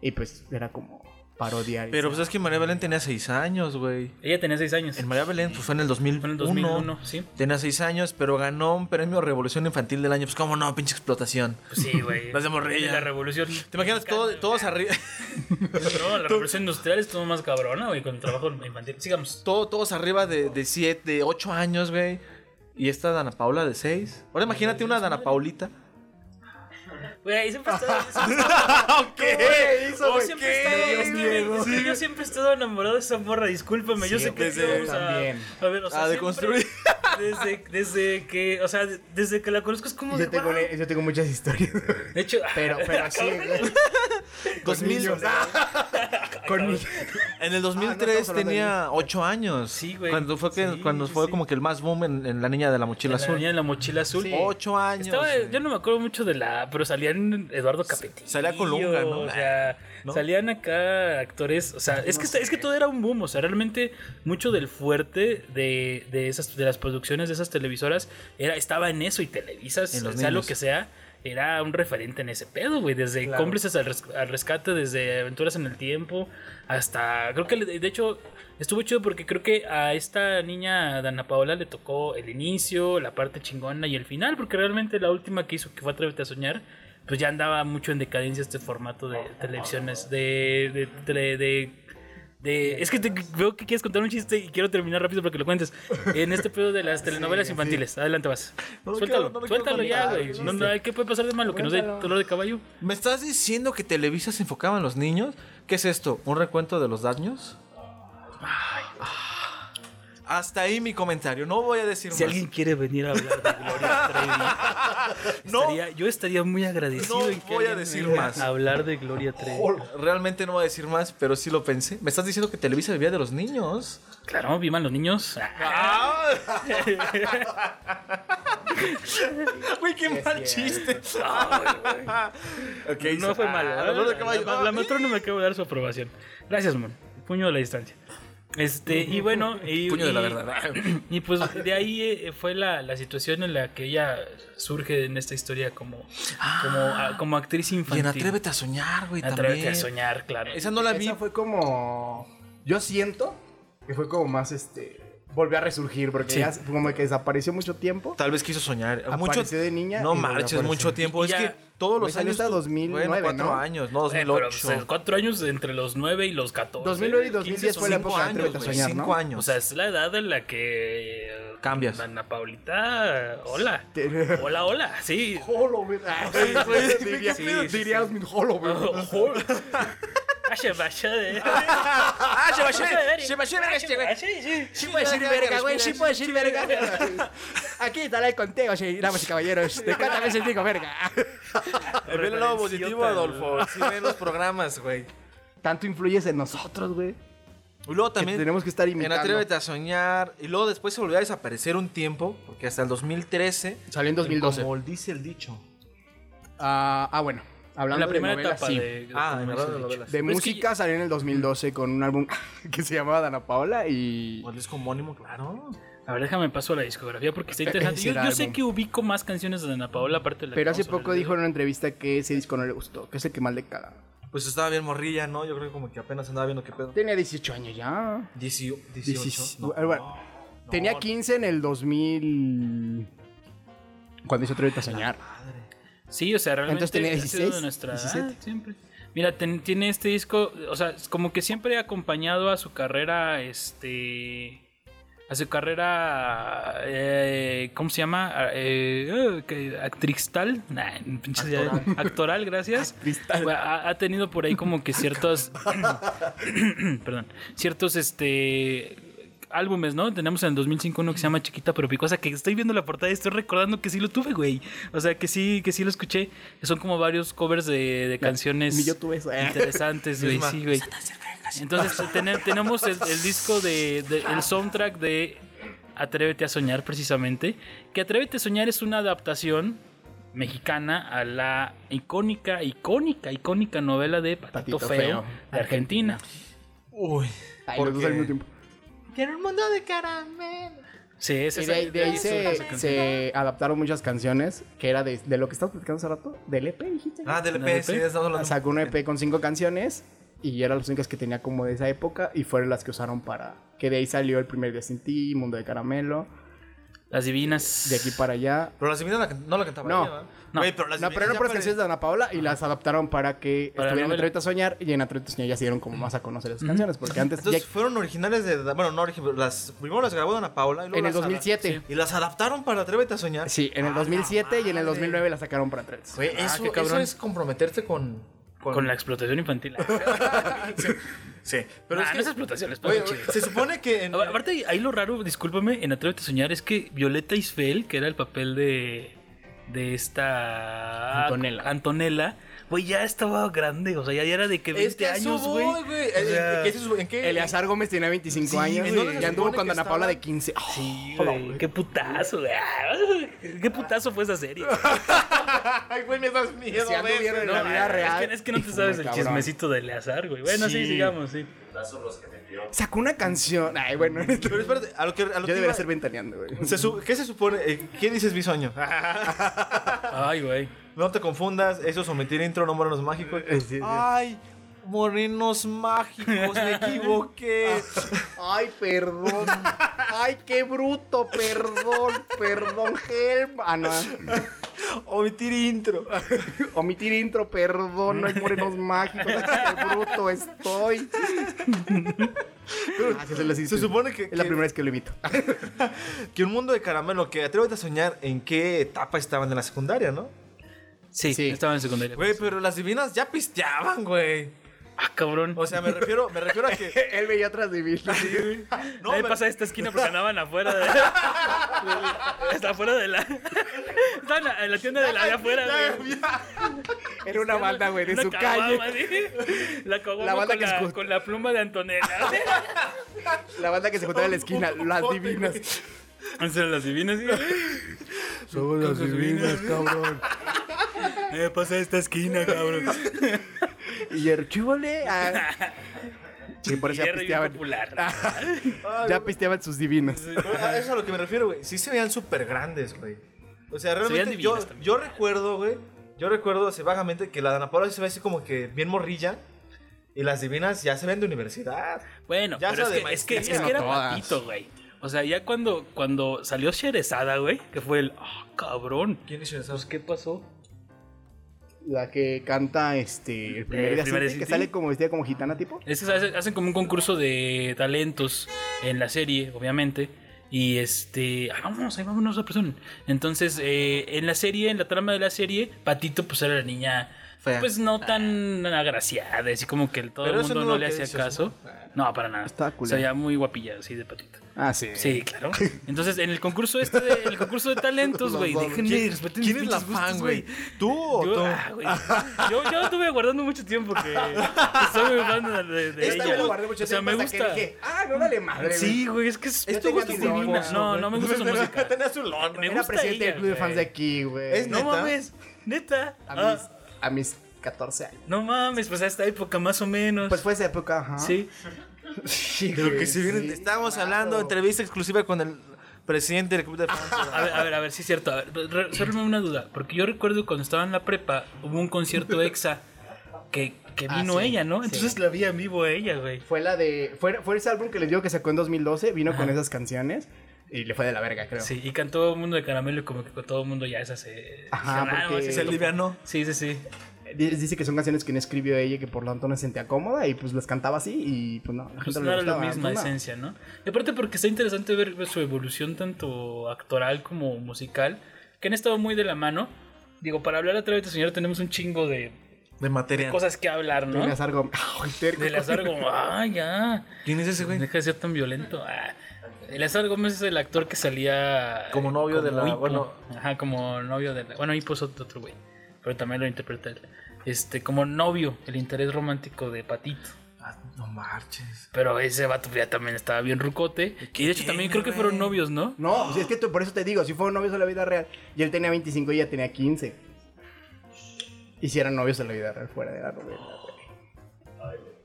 S3: Y pues era como parodiar.
S1: Pero pues
S3: esa-
S1: es que María Belén tenía seis años, güey.
S2: Ella tenía seis años.
S1: En María Belén pues, fue en el 2001.
S2: Fue en el 2001, sí.
S1: Tenía seis años, pero ganó un premio Revolución Infantil del año. Pues cómo no, pinche explotación.
S2: Pues sí, güey.
S1: Las de morrilla.
S2: La revolución.
S1: ¿Te imaginas todo- todos arriba?
S2: No, la revolución industrial estuvo más cabrona, güey, con el trabajo infantil. Sigamos.
S1: todo- todos arriba de, de siete, de ocho años, güey. Y esta Dana Paula de seis. Ahora imagínate una Dana Paulita.
S2: Güey, siempre he estado. siempre-
S1: ¿Qué
S2: no, oh, siempre he estado- es que, güey, es que yo siempre he estado enamorado de esa morra, discúlpame. yo
S3: Sí,
S2: sé que
S1: desde-
S2: vamos a-
S3: también.
S2: A ver, o sea.
S1: A
S2: siempre-
S1: deconstruir.
S2: Desde, desde que. O sea, de- desde que la conozco es como. De,
S3: Yo tengo,
S2: "Wow".
S3: yo tengo muchas historias.
S2: De hecho.
S3: Pero, pero sí. güey.
S1: Dos mil-
S3: niños. Con niños.
S1: En el
S3: Ah, no,
S1: 2003
S3: estamos hablando
S1: tenía ocho años.
S2: Sí, güey.
S1: Cuando fue, que,
S2: Sí,
S1: cuando
S2: sí,
S1: fue
S2: sí.
S1: como que el más boom en, en La Niña de la Mochila
S2: La
S1: Azul.
S2: niña en la mochila azul.
S3: Sí.
S1: Ocho años.
S2: Estaba-
S1: güey.
S2: yo no me acuerdo mucho de la. Pero salían Eduardo Capetillo.
S1: salía Colunga, ¿no?
S2: O sea,
S1: ¿No?
S2: salían acá actores. O sea, es, que, es que todo era un boom. O sea, realmente mucho del fuerte de, de, esas, de las producciones de esas televisoras era, estaba en eso. Y Televisas,
S1: En los
S2: sea lo
S1: niños.
S2: que sea, era un referente en ese pedo, güey. Desde cómplices al, res- al rescate, desde aventuras en el tiempo, hasta. Creo que le- de hecho. Estuvo chido porque creo que a esta niña Dana Paola le tocó el inicio, la parte chingona y el final, porque realmente la última que hizo, que fue Atrévete a Soñar, pues ya andaba mucho en decadencia este formato de televisiones, de... de, tele- de- de- es que te- veo que quieres contar un chiste y quiero terminar rápido para que lo cuentes. En este pedo de las telenovelas infantiles. Adelante vas.
S1: No lo
S2: suéltalo,
S1: quiero- no lo
S2: suéltalo
S1: quiero
S2: ya,
S1: contar,
S2: güey. No, no, ¿Qué puede pasar de malo? Que nos dé
S3: Cuéntalo.
S2: dolor de caballo.
S1: ¿Me estás diciendo que Televisa se enfocaba en los niños? ¿Qué es esto? ¿Un recuento de los daños? Ah. Hasta ahí mi comentario. No voy a decir
S2: Si
S1: más.
S2: alguien quiere venir a hablar de Gloria Trevi,
S1: No.
S2: estaría- yo estaría muy agradecido.
S1: No
S2: en que
S1: voy a
S2: alguien
S1: decir
S2: venga
S1: más.
S2: a hablar de Gloria Trevi.
S1: Realmente no voy a decir más, pero sí lo pensé. ¿Me estás diciendo que Televisa vivía de los niños?
S2: Claro, vivan los niños. Ah,
S1: Güey, qué mal chiste. Ok,
S2: no
S1: so-
S2: fue
S1: ah,
S2: malo.
S1: dolor de
S2: La-
S1: caballo.
S2: La, la matrona me acabo de dar su aprobación. Gracias, Mon. Puño de la distancia. Este, y bueno. Y,
S1: Puño de la
S2: y-
S1: verdad.
S2: Y pues de ahí eh, fue la, la situación en la que ella surge en esta historia como, como, a- como actriz
S1: Ah. Y en
S2: infantil.
S1: Atrévete a soñar, güey, también.
S2: Atrévete a soñar, claro.
S1: Esa no la vi.
S3: Esa fue como. Yo siento que fue como más este. volvió a resurgir porque
S2: Sí.
S3: ya se- como que desapareció mucho tiempo.
S1: Tal vez quiso soñar. Mucho,
S3: Apareció de niña
S1: No
S3: y volvió a
S1: marches, mucho
S3: aparecer. pues
S1: tiempo.
S2: Y
S1: es
S2: ya-
S1: que todos
S3: Güey,
S1: los
S3: salió
S1: años.
S3: hasta
S1: tú-
S3: 2009,
S1: bueno, cuatro
S3: ¿no?
S1: años, no,
S2: Eh, pero,
S1: 2008.
S2: pues, cuatro años entre los 9 y los 14.
S3: 2009 y
S2: 15
S3: fue la
S2: son
S1: cinco
S3: época de
S1: años,
S3: Atrévete a
S1: güey,
S3: Soñar,
S1: cinco
S3: ¿no?
S1: años.
S2: O sea, es la edad en la que. eh,
S1: Cambias.
S2: Ana Paulita. Hola.
S3: Te-
S2: Hola, hola. Sí.
S3: Holloway. Ah, güey, diría-
S1: Sí, sí, sí.
S3: Diría Osmin Holloway.
S2: Ojo. Ashe, bashe de-
S1: ah, se va a hacer,
S2: Ashe,
S1: se va a hacer verga este güey.
S2: bashe, sí.
S1: Sí puede decir verga, güey, sí puede decir verga.
S4: Aquí estará el conteo, sí, damas y caballeros. ¿De cuántas veces digo verga?
S1: Ve el lado positivo,
S2: Referenciota,
S1: Adolfo. Sí, ve los programas, güey.
S3: Tanto influyes en nosotros, güey.
S1: Y luego
S3: Que
S1: también.
S3: tenemos que estar
S1: En
S3: imitando.
S1: Atrévete a Soñar. Y luego después se volvió a desaparecer un tiempo, porque hasta el 2013.
S4: Salió en 2012.
S1: Como dice el dicho.
S4: Ah, ah, bueno.
S2: En
S4: Hablando
S2: la primera
S4: de novelas,
S2: etapa
S4: sí.
S2: de.
S1: Ah, en
S2: de-
S1: verdad, novelas.
S3: De
S2: Pero es que
S3: música salió en el 2012 con un álbum que se llamaba Dana Paola y...
S1: O el disco homónimo, claro.
S2: A ver, déjame paso a la discografía porque está interesante.
S3: ese
S2: Yo,
S3: era
S2: yo sé
S3: álbum.
S2: que ubico más canciones de Ana Paola, aparte de la
S3: Pero
S2: que
S3: hace
S2: vamos a
S3: poco
S2: hablar
S3: dijo en
S2: de-
S3: una entrevista que ese disco no le gustó, que es el que más le caga.
S1: Pues estaba bien morrilla, ¿no? Yo creo que como que apenas andaba viendo qué pedo.
S3: Tenía 18 años ya.
S1: 18.
S3: Diecis-
S1: 18 no.
S3: Ah, bueno.
S1: No,
S3: Tenía 15 en el 2000... Cuando hizo Atrévete a Soñar.
S2: Sí, o sea, realmente.
S3: Entonces tenía
S2: ha sido
S3: 16,
S2: de nuestra edad,
S3: 17.
S2: siempre. Mira, ten- tiene este disco, o sea, es como que siempre ha acompañado a su carrera, este. A su carrera. eh, ¿Cómo se llama? Ah, Eh, eh, que- actrixtal. Nah, pinches ya- actoral. gracias. Bueno, Ha, ha tenido por ahí como que ciertos. perdón. Ciertos, este. Álbumes, ¿no? Tenemos en el 2005 uno que se llama Chiquita pero Picosa, que estoy viendo la portada y estoy recordando que sí lo tuve, güey. O sea, que sí, que sí lo escuché. Que son como varios covers de, de canciones
S3: Ni yo tuve eso. eh.
S2: interesantes, güey.
S1: más,
S2: Sí, güey. Entonces ten- tenemos el, el disco de, de- el soundtrack de Atrévete a soñar, precisamente. Que Atrévete a soñar es una adaptación mexicana a la icónica, icónica, icónica novela de Patito,
S3: Patito
S2: Feo,
S3: Feo.
S2: de Argentina.
S1: Uy.
S3: Ay, los dos al mismo tiempo.
S5: Quiero un mundo de caramelo.
S2: Sí, es
S3: Y
S2: esa-
S3: de ahí, de ahí
S2: es esa
S3: se,
S2: canción.
S3: se adaptaron muchas canciones, que era de, de lo que estás platicando hace rato, del EP, dijiste. Ah,
S1: Ah, del
S2: ¿Del
S1: EP, sí,
S2: EP?
S1: estamos hablando.
S3: Sacó un EP con cinco canciones y eran las únicas que tenía como de esa época y fueron las que usaron para... Que de ahí salió el primer día sin ti, Mundo de Caramelo,
S2: Las divinas.
S3: de aquí para allá.
S1: Pero las divinas la can- no la cantaba
S3: No.
S1: ella, ¿verdad?
S2: No.
S1: Güey, pero las
S3: No, pero
S1: divinas
S3: eran
S1: ya
S3: puras
S1: pare-
S3: canciones de Ana Paola y las adaptaron para que
S2: Para la
S3: estuvieran en
S2: novela.
S3: Atrévete a Soñar y en Atrévete a Soñar ya se dieron como más a conocer esas canciones porque antes...
S1: Entonces
S3: ya-
S1: fueron originales de. Bueno, no originales. pero Las, primero las grabó Ana Paula. Y luego
S3: en el
S1: las ada-
S3: 2007.
S1: Y las adaptaron para Atrévete a Soñar.
S3: Sí, en el 2007 y en el
S1: madre.
S3: 2009 la sacaron para Atrévete a Soñar.
S1: Güey,
S2: Ah,
S1: eso,
S2: qué cabrón.
S1: eso es comprometerte con.
S2: Con la explotación infantil.
S1: Sí. Pero
S2: Pero
S1: es
S2: no es
S1: que.
S2: explotación, es
S1: güey,
S2: para chido.
S1: se supone que. en-
S2: A- Aparte, ahí lo raro, discúlpame, en Atrévete a Soñar es que Violeta Isfel, que era el papel de, de esta
S3: Antonella.
S2: Antonella, güey, ya estaba grande, o sea, ya era de que 20
S1: es que a eso
S2: años,
S1: voy,
S2: güey.
S1: güey. Eh,
S2: O sea,
S1: ¿En qué se su- ¿En qué?
S3: Eleazar Gómez tenía 25
S1: Sí,
S3: años
S1: ¿en dónde se
S3: y anduvo
S1: supone
S3: con
S1: que
S3: Ana Paula
S1: estaba?
S3: de 15. Oh,
S2: sí, güey, qué putazo, güey. Qué putazo fue esa serie.
S1: Ay, güey, me das miedo,
S3: Si anduvieron en
S1: güey.
S3: la vida real.
S2: Es que, es que no te
S3: Hijo,
S2: sabes el
S3: cabrón.
S2: chismecito de Eleazar, güey. Bueno, sí,
S3: Sí.
S2: sigamos, sí.
S3: Sacó una canción. Ay, bueno, esto-
S1: Pero espérate, a lo que. A lo
S3: yo
S1: que
S3: debería
S1: iba-
S3: ser ventaneando, güey.
S1: se su- ¿Qué se supone? Eh, ¿Qué dices, bisoño?
S2: Ay, güey.
S1: No te confundas, eso es omitir intro, no morenos mágicos.
S3: sí.
S1: Ay, morenos mágicos, me equivoqué.
S3: Ay, perdón. Ay, qué bruto, perdón, perdón, help. Ah, no. Ah.
S1: Omitir intro.
S3: Omitir intro, perdón, no hay morenos mágicos. Ay, qué bruto estoy. Ah, sí, se, les hice.
S1: Se supone que,
S3: Es la
S1: que-
S3: primera vez que lo imito.
S1: que un mundo de caramelo, que atrévete a soñar en qué etapa estaban en la secundaria, ¿no?
S2: Sí,
S3: Sí.
S2: estaba en secundaria.
S1: Güey, pero las divinas ya pisteaban, güey.
S2: Ah, cabrón.
S1: O sea, me refiero, me refiero a que.
S3: Él veía atrás de mí.
S1: No,
S2: Nadie
S1: me-
S2: pasa esta esquina porque andaban afuera de. Está afuera de la. Estaban en la tienda de la de afuera, güey.
S3: Era una banda, güey, de
S2: Una
S3: su calle.
S2: caguama, sí. La caguama
S3: La banda
S2: con,
S3: que
S2: la,
S3: escu-
S2: con la pluma de Antonella.
S3: La banda que se juntaba en la esquina, las divinas.
S2: Son las divinas, sí.
S3: Somos las divinas, cabrón.
S2: Eh, pasa esta esquina, cabrón.
S3: Y el chúvole. ah. Sí, por eso ya
S2: Tierra y bien
S3: pisteaban. Ah.
S2: popular.
S3: Ya pisteaban sus divinas.
S1: A eso es a lo que me refiero, güey. Sí se veían súper grandes, güey. O sea, realmente
S2: veían
S1: yo,
S2: divinas también.
S1: yo recuerdo, güey. Yo recuerdo así vagamente que la Dana Paola se ve así como que bien morrilla. Y las divinas ya se ven de universidad.
S2: Bueno,
S1: Ya
S2: pero es
S1: sea de
S2: que, es que,
S1: maestría.
S2: es que era
S3: Todas.
S2: patito, güey. O O sea, ya cuando, cuando salió Sherezada, güey, que fue el. ¡Ah, cabrón!
S1: ¿Quién es Sherezada? ¿Qué pasó?
S3: La que canta este. El primer
S2: Eh,
S3: día
S2: primer
S3: Cinti,
S2: día
S3: que
S2: Cinti.
S3: sale como vestida como gitana, tipo.
S2: Es que hace- hacen como un concurso de talentos en la serie, obviamente. Y este. ah, vámonos, ahí vámonos otra persona. Entonces, eh, en la serie, en la trama de la serie, Patito, pues era la niña.
S1: Fea.
S2: Pues no tan agraciada, así como que todo
S1: Pero
S2: el
S1: eso
S2: mundo
S1: no
S2: no,
S1: lo
S2: le
S1: que
S2: hacía
S1: dices,
S2: caso. No, para nada.
S3: Estaba
S2: O
S3: culero.
S2: sea, ya muy guapilla, así de patito.
S3: Ah, sí.
S2: Sí, claro. Entonces, en el concurso este de, el concurso de talentos, güey, déjenme respetar mis
S1: ¿Quién es la
S2: pinches gustos,
S1: fan, güey? ¿Tú o tú?
S2: Yo, ah, güey. yo, yo estuve guardando mucho tiempo que, que soy muy fan de, de- de
S3: Esta me
S2: ella.
S3: la guardé mucho
S2: o sea,
S3: tiempo
S2: me
S3: hasta
S2: gusta.
S3: que dije, ah, no vale madre. güey".
S2: Sí, güey, es que es,
S3: Yo
S2: es tu
S3: tenía
S2: gusto
S3: mis
S2: divina.
S3: lomos,
S2: No,
S3: güey.
S2: no me gusta su música.
S1: Tenía su lona.
S2: Me
S3: Era
S2: gusta
S3: presidente
S2: ella,
S3: del club de fans de
S2: güey.
S3: aquí, güey.
S1: Es
S2: No
S1: ¿Neta?
S2: mames, neta.
S3: A mis,
S2: Ah,
S3: a mis 14 años.
S2: no mames, pues a esta época más o menos.
S3: Pues fue esa época, ajá.
S2: Sí.
S1: De lo que se viene. Estábamos
S3: claro.
S1: hablando, entrevista exclusiva con el presidente del club de fans.
S2: A ver, a ver, a ver, sí es cierto. A ver, re- resuélveme una duda. Porque yo recuerdo cuando estaba en la prepa, hubo un concierto exa que, que
S3: Ah,
S2: vino
S3: sí,
S2: ella, ¿no?
S3: sí.
S2: Entonces la vi en vivo a ella, güey.
S3: Fue la de. Fue, fue ese álbum que les digo que sacó en 2012. Vino con esas canciones. Y le fue de la verga, creo.
S2: Sí, y cantó el mundo de caramelo y como que todo el mundo ya esa se...
S3: Ajá,
S2: dijeron, "Ah,
S3: porque-
S2: ese
S1: Se
S2: topo".
S1: alivianó.
S2: Sí, sí, sí.
S3: Dice dice que son canciones que no escribió ella y que por lo tanto no se sentía cómoda. Y pues las cantaba así. Y pues no.
S2: Pues
S3: la gente
S2: no
S3: le
S2: era la
S3: gustaba,
S2: misma
S3: pues, no.
S2: esencia, ¿no? Y aparte porque está interesante ver pues, su evolución tanto actoral como musical, que han estado muy de la mano. Digo, para hablar a través de señor tenemos un chingo de
S1: De material.
S2: cosas que hablar,
S3: Tú
S2: ¿no?
S3: le haces algo- Ay, terco.
S2: De Lazar como, ah, ya.
S1: ¿Quién es ese güey?
S2: Deja de ser tan violento. Ah. El Azar Gómez es el actor que salía.
S1: Como novio de la-
S2: Hippo.
S1: bueno.
S2: Ajá, como novio de la. Bueno, Hippo es otro, otro güey. Pero también lo interpreta él. Este, como novio, el interés romántico de Patito.
S1: Ah, no marches.
S2: Pero ese vato ya también estaba bien rucote. Y de hecho también creo que fueron novios, ¿no?
S3: No, pues, es que tú- por eso te digo, si fueron novios de la vida real, y él tenía 25 y ella tenía 15. Y si eran novios de la vida real, fuera de la novela, güey.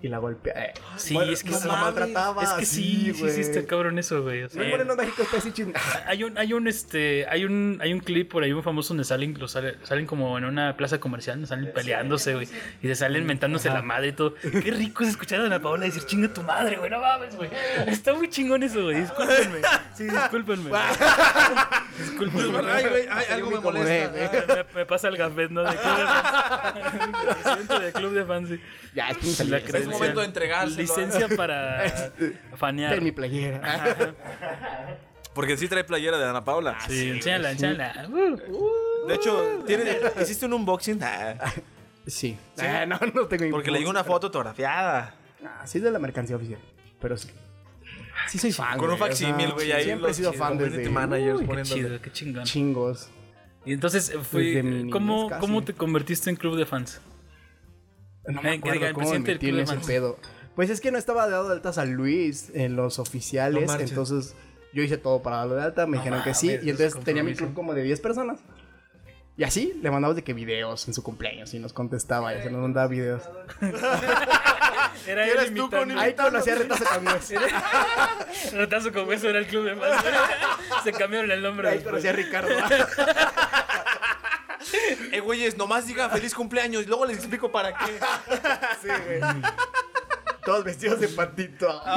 S3: Y la golpea. eh.
S2: Sí,
S3: Bueno,
S2: es que
S3: la
S2: sí.
S3: maltrataba.
S2: Es que sí, sí, sí,
S3: güey.
S2: está cabrón eso, güey. O sea,
S3: No hay moreno en México, está así chin-
S2: Hay un, hay un, este, hay un, hay un clip por ahí muy famoso donde salen, los sale- salen como en una plaza comercial, donde salen peleándose, güey, y se salen mentándose la madre y todo. Qué rico es escuchar a Ana Paola decir chinga tu madre, güey, no mames, güey. Está muy chingón eso, güey. Discúlpenme. Sí, discúlpenme. güey. discúlpenme. güey.
S1: Ay, güey, ay, algo me molesta.
S2: Me, me pasa el gafet, ¿no? De club de fans. Presidente del club de fans. sí.
S3: Ya, es que
S2: La
S3: salí-
S2: credencial.
S1: momento de entregárselo. ¿eh?
S2: Licencia para fanear.
S3: en mi playera.
S1: Porque sí trae playera de Ana Paula.
S2: Sí, enséñala, enséñala. Uh.
S1: Ah, De hecho, tiene- hiciste un unboxing Ah,
S3: Sí. Ah, no, no tengo
S1: porque le llegó una foto autografiada.
S3: Ah, sí, es de la mercancía oficial. Pero sí. Sí, soy fan.
S1: Con un
S3: güey, o sea,
S1: facsimil, güey. ahí
S3: Siempre he
S1: los
S3: sido fan
S1: community
S3: desde.
S1: managers
S2: Qué
S1: poniéndole.
S2: chido, qué chingón.
S3: Chingos.
S2: Y entonces eh, fui.
S3: Desde mi
S2: ¿cómo,
S3: niñez casi.
S2: ¿Cómo te convertiste en club de fans?
S3: No me
S2: Eh, que
S3: acuerdo
S2: diga, el
S3: cómo me
S2: presidente del
S3: metí en
S2: club de
S3: ese
S2: fans.
S3: pedo. Pues es que no estaba dado de altas a Luis en los
S1: No
S3: oficiales,
S1: marches.
S3: entonces yo hice todo para darlo de alta, me
S2: No
S3: dijeron que
S2: mames,
S3: sí,
S2: eso
S3: y
S2: es
S3: entonces tenía mi
S2: compromiso.
S3: club como de 10 personas. Y así le mandabas de que videos en su cumpleaños y nos contestaba y se nos mandaba videos.
S2: Era
S1: ¿Qué eres tú
S2: imitando-
S1: con
S3: Ahí conocí a Retazo Camus.
S2: Retazo como eso era el club de fans. Se cambiaron el nombre.
S3: Ahí
S2: después.
S3: conocí a Ricardo.
S1: Eh, güeyes, nomás digan feliz cumpleaños. Luego les explico para qué.
S3: Sí, güey. Todos vestidos de patito.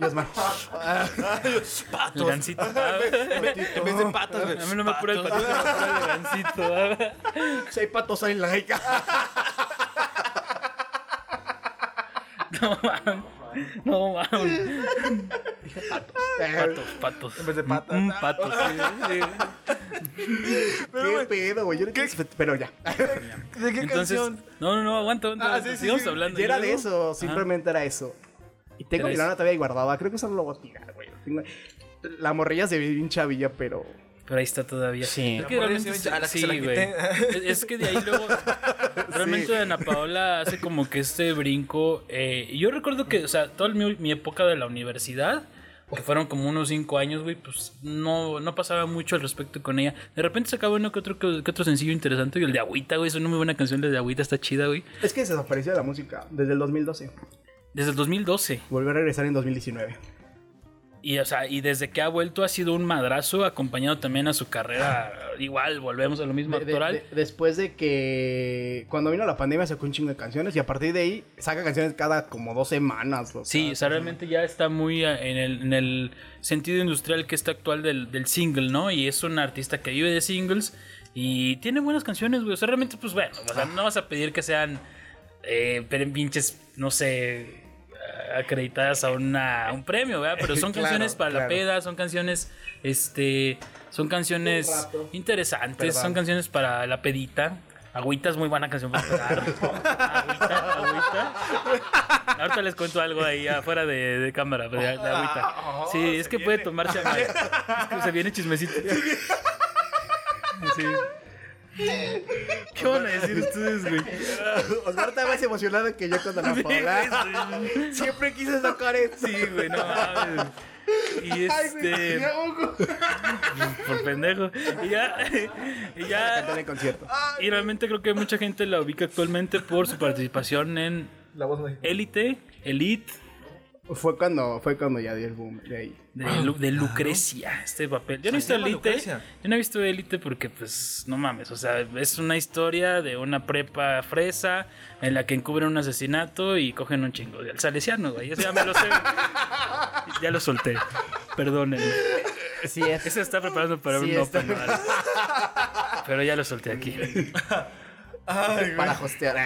S3: Y Osmar.
S1: Patos.
S2: El gancito. ah,
S1: En vez- en vez de patas, güey.
S2: A mí no me apura el
S1: Patos.
S2: patito, me apura el gancito. ah.
S3: Si hay patos, hay like.
S2: No mames. No mames. Patos, patos. En
S1: vez de patas.
S2: patos, sí, sí.
S3: Qué pedo, güey. Yo no quiero- Pero ya.
S1: ¿De qué
S2: Entonces,
S1: canción?
S2: no, no, no, aguanta, aguanta.
S1: Ah, sí, sí,
S2: sigamos
S1: sí.
S2: hablando.
S3: Y era
S2: ¿Y
S3: de
S2: luego?
S3: eso,
S2: Ajá.
S3: simplemente era eso. Y tengo
S2: Era
S3: mi
S2: eso.
S3: lana todavía guardada, creo que eso no lo voy a tirar, güey. Tengo- La morrilla se ve bien chavilla, pero.
S2: Pero ahí está todavía.
S3: Sí.
S2: Es que
S1: La morra se
S2: realmente sí,
S1: ve- a la que se la
S2: güey.
S1: quité.
S2: Es es que de ahí luego. Realmente
S3: Sí.
S2: Ana Paola hace como que este brinco. eh, y yo recuerdo que, o sea, toda mi, mi época de la universidad, que fueron como unos cinco años, güey, pues no, no pasaba mucho al respecto con ella. De repente sacaba uno que otro, que, que otro sencillo interesante. Y el de Agüita, güey, es una muy buena canción. La de Agüita está chida, güey.
S3: Es que se desapareció de la música desde el 2012.
S2: Desde el 2012.
S3: Volvió a regresar en 2019.
S2: Y, o sea, y desde que ha vuelto ha sido un madrazo, acompañado también a su carrera. Igual, volvemos a lo mismo
S3: De- de-
S2: actoral.
S3: de- después de que cuando vino la pandemia sacó un chingo de canciones y a partir de ahí saca canciones cada como dos semanas. o
S2: Sí, o sea, realmente ya está muy eh, en el, en el sentido industrial que está actual del, del single, ¿no? Y es un artista que vive de singles y tiene buenas canciones, güey. O sea, realmente, pues bueno, o sea, no vas a pedir que sean eh, pero en pinches, no sé, acreditadas a, una, a un premio, ¿verdad? Pero son
S3: Claro,
S2: canciones para la
S3: claro.
S2: peda, son canciones, este, son canciones
S3: Un rato.
S2: interesantes,
S3: Perdón.
S2: son canciones para la pedita. Agüita es muy buena canción para pegar. agüita, agüita. Ahorita les cuento algo ahí afuera de, de cámara, pero de, de agüita. Sí, es que puede tomarse a Es que se viene chismecito. Sí. ¿Qué van a decir ustedes, güey?
S3: Osvaldo está más emocionado que yo cuando la Paola. Siempre quise tocar esto.
S2: Sí, güey, no mames. Y este. pues, por pendejo. Y ya. Y
S3: Cantar
S2: ya.
S3: en concierto.
S2: Y realmente creo que mucha gente la ubica actualmente por su participación en
S1: La voz mexicana.
S2: Elite, Elite,
S3: Fue cuando, fue cuando ya dio el boom de ahí.
S2: de, Lu- de Lucrecia, este papel. Yo no he
S1: Se
S2: visto
S1: llama
S2: Elite.
S1: Lucrecia.
S2: Yo no he visto Elite porque, pues, no mames. O sea, es una historia de una prepa fresa en la que encubren un asesinato y cogen un chingo de al salesiano, güey. Eso ya me lo sé. ya lo solté. Perdónenme.
S3: Sí, es.
S2: Eso está preparando para
S3: Sí,
S2: un
S3: está-
S2: open bar. Pero ya lo solté aquí.
S3: para hostear.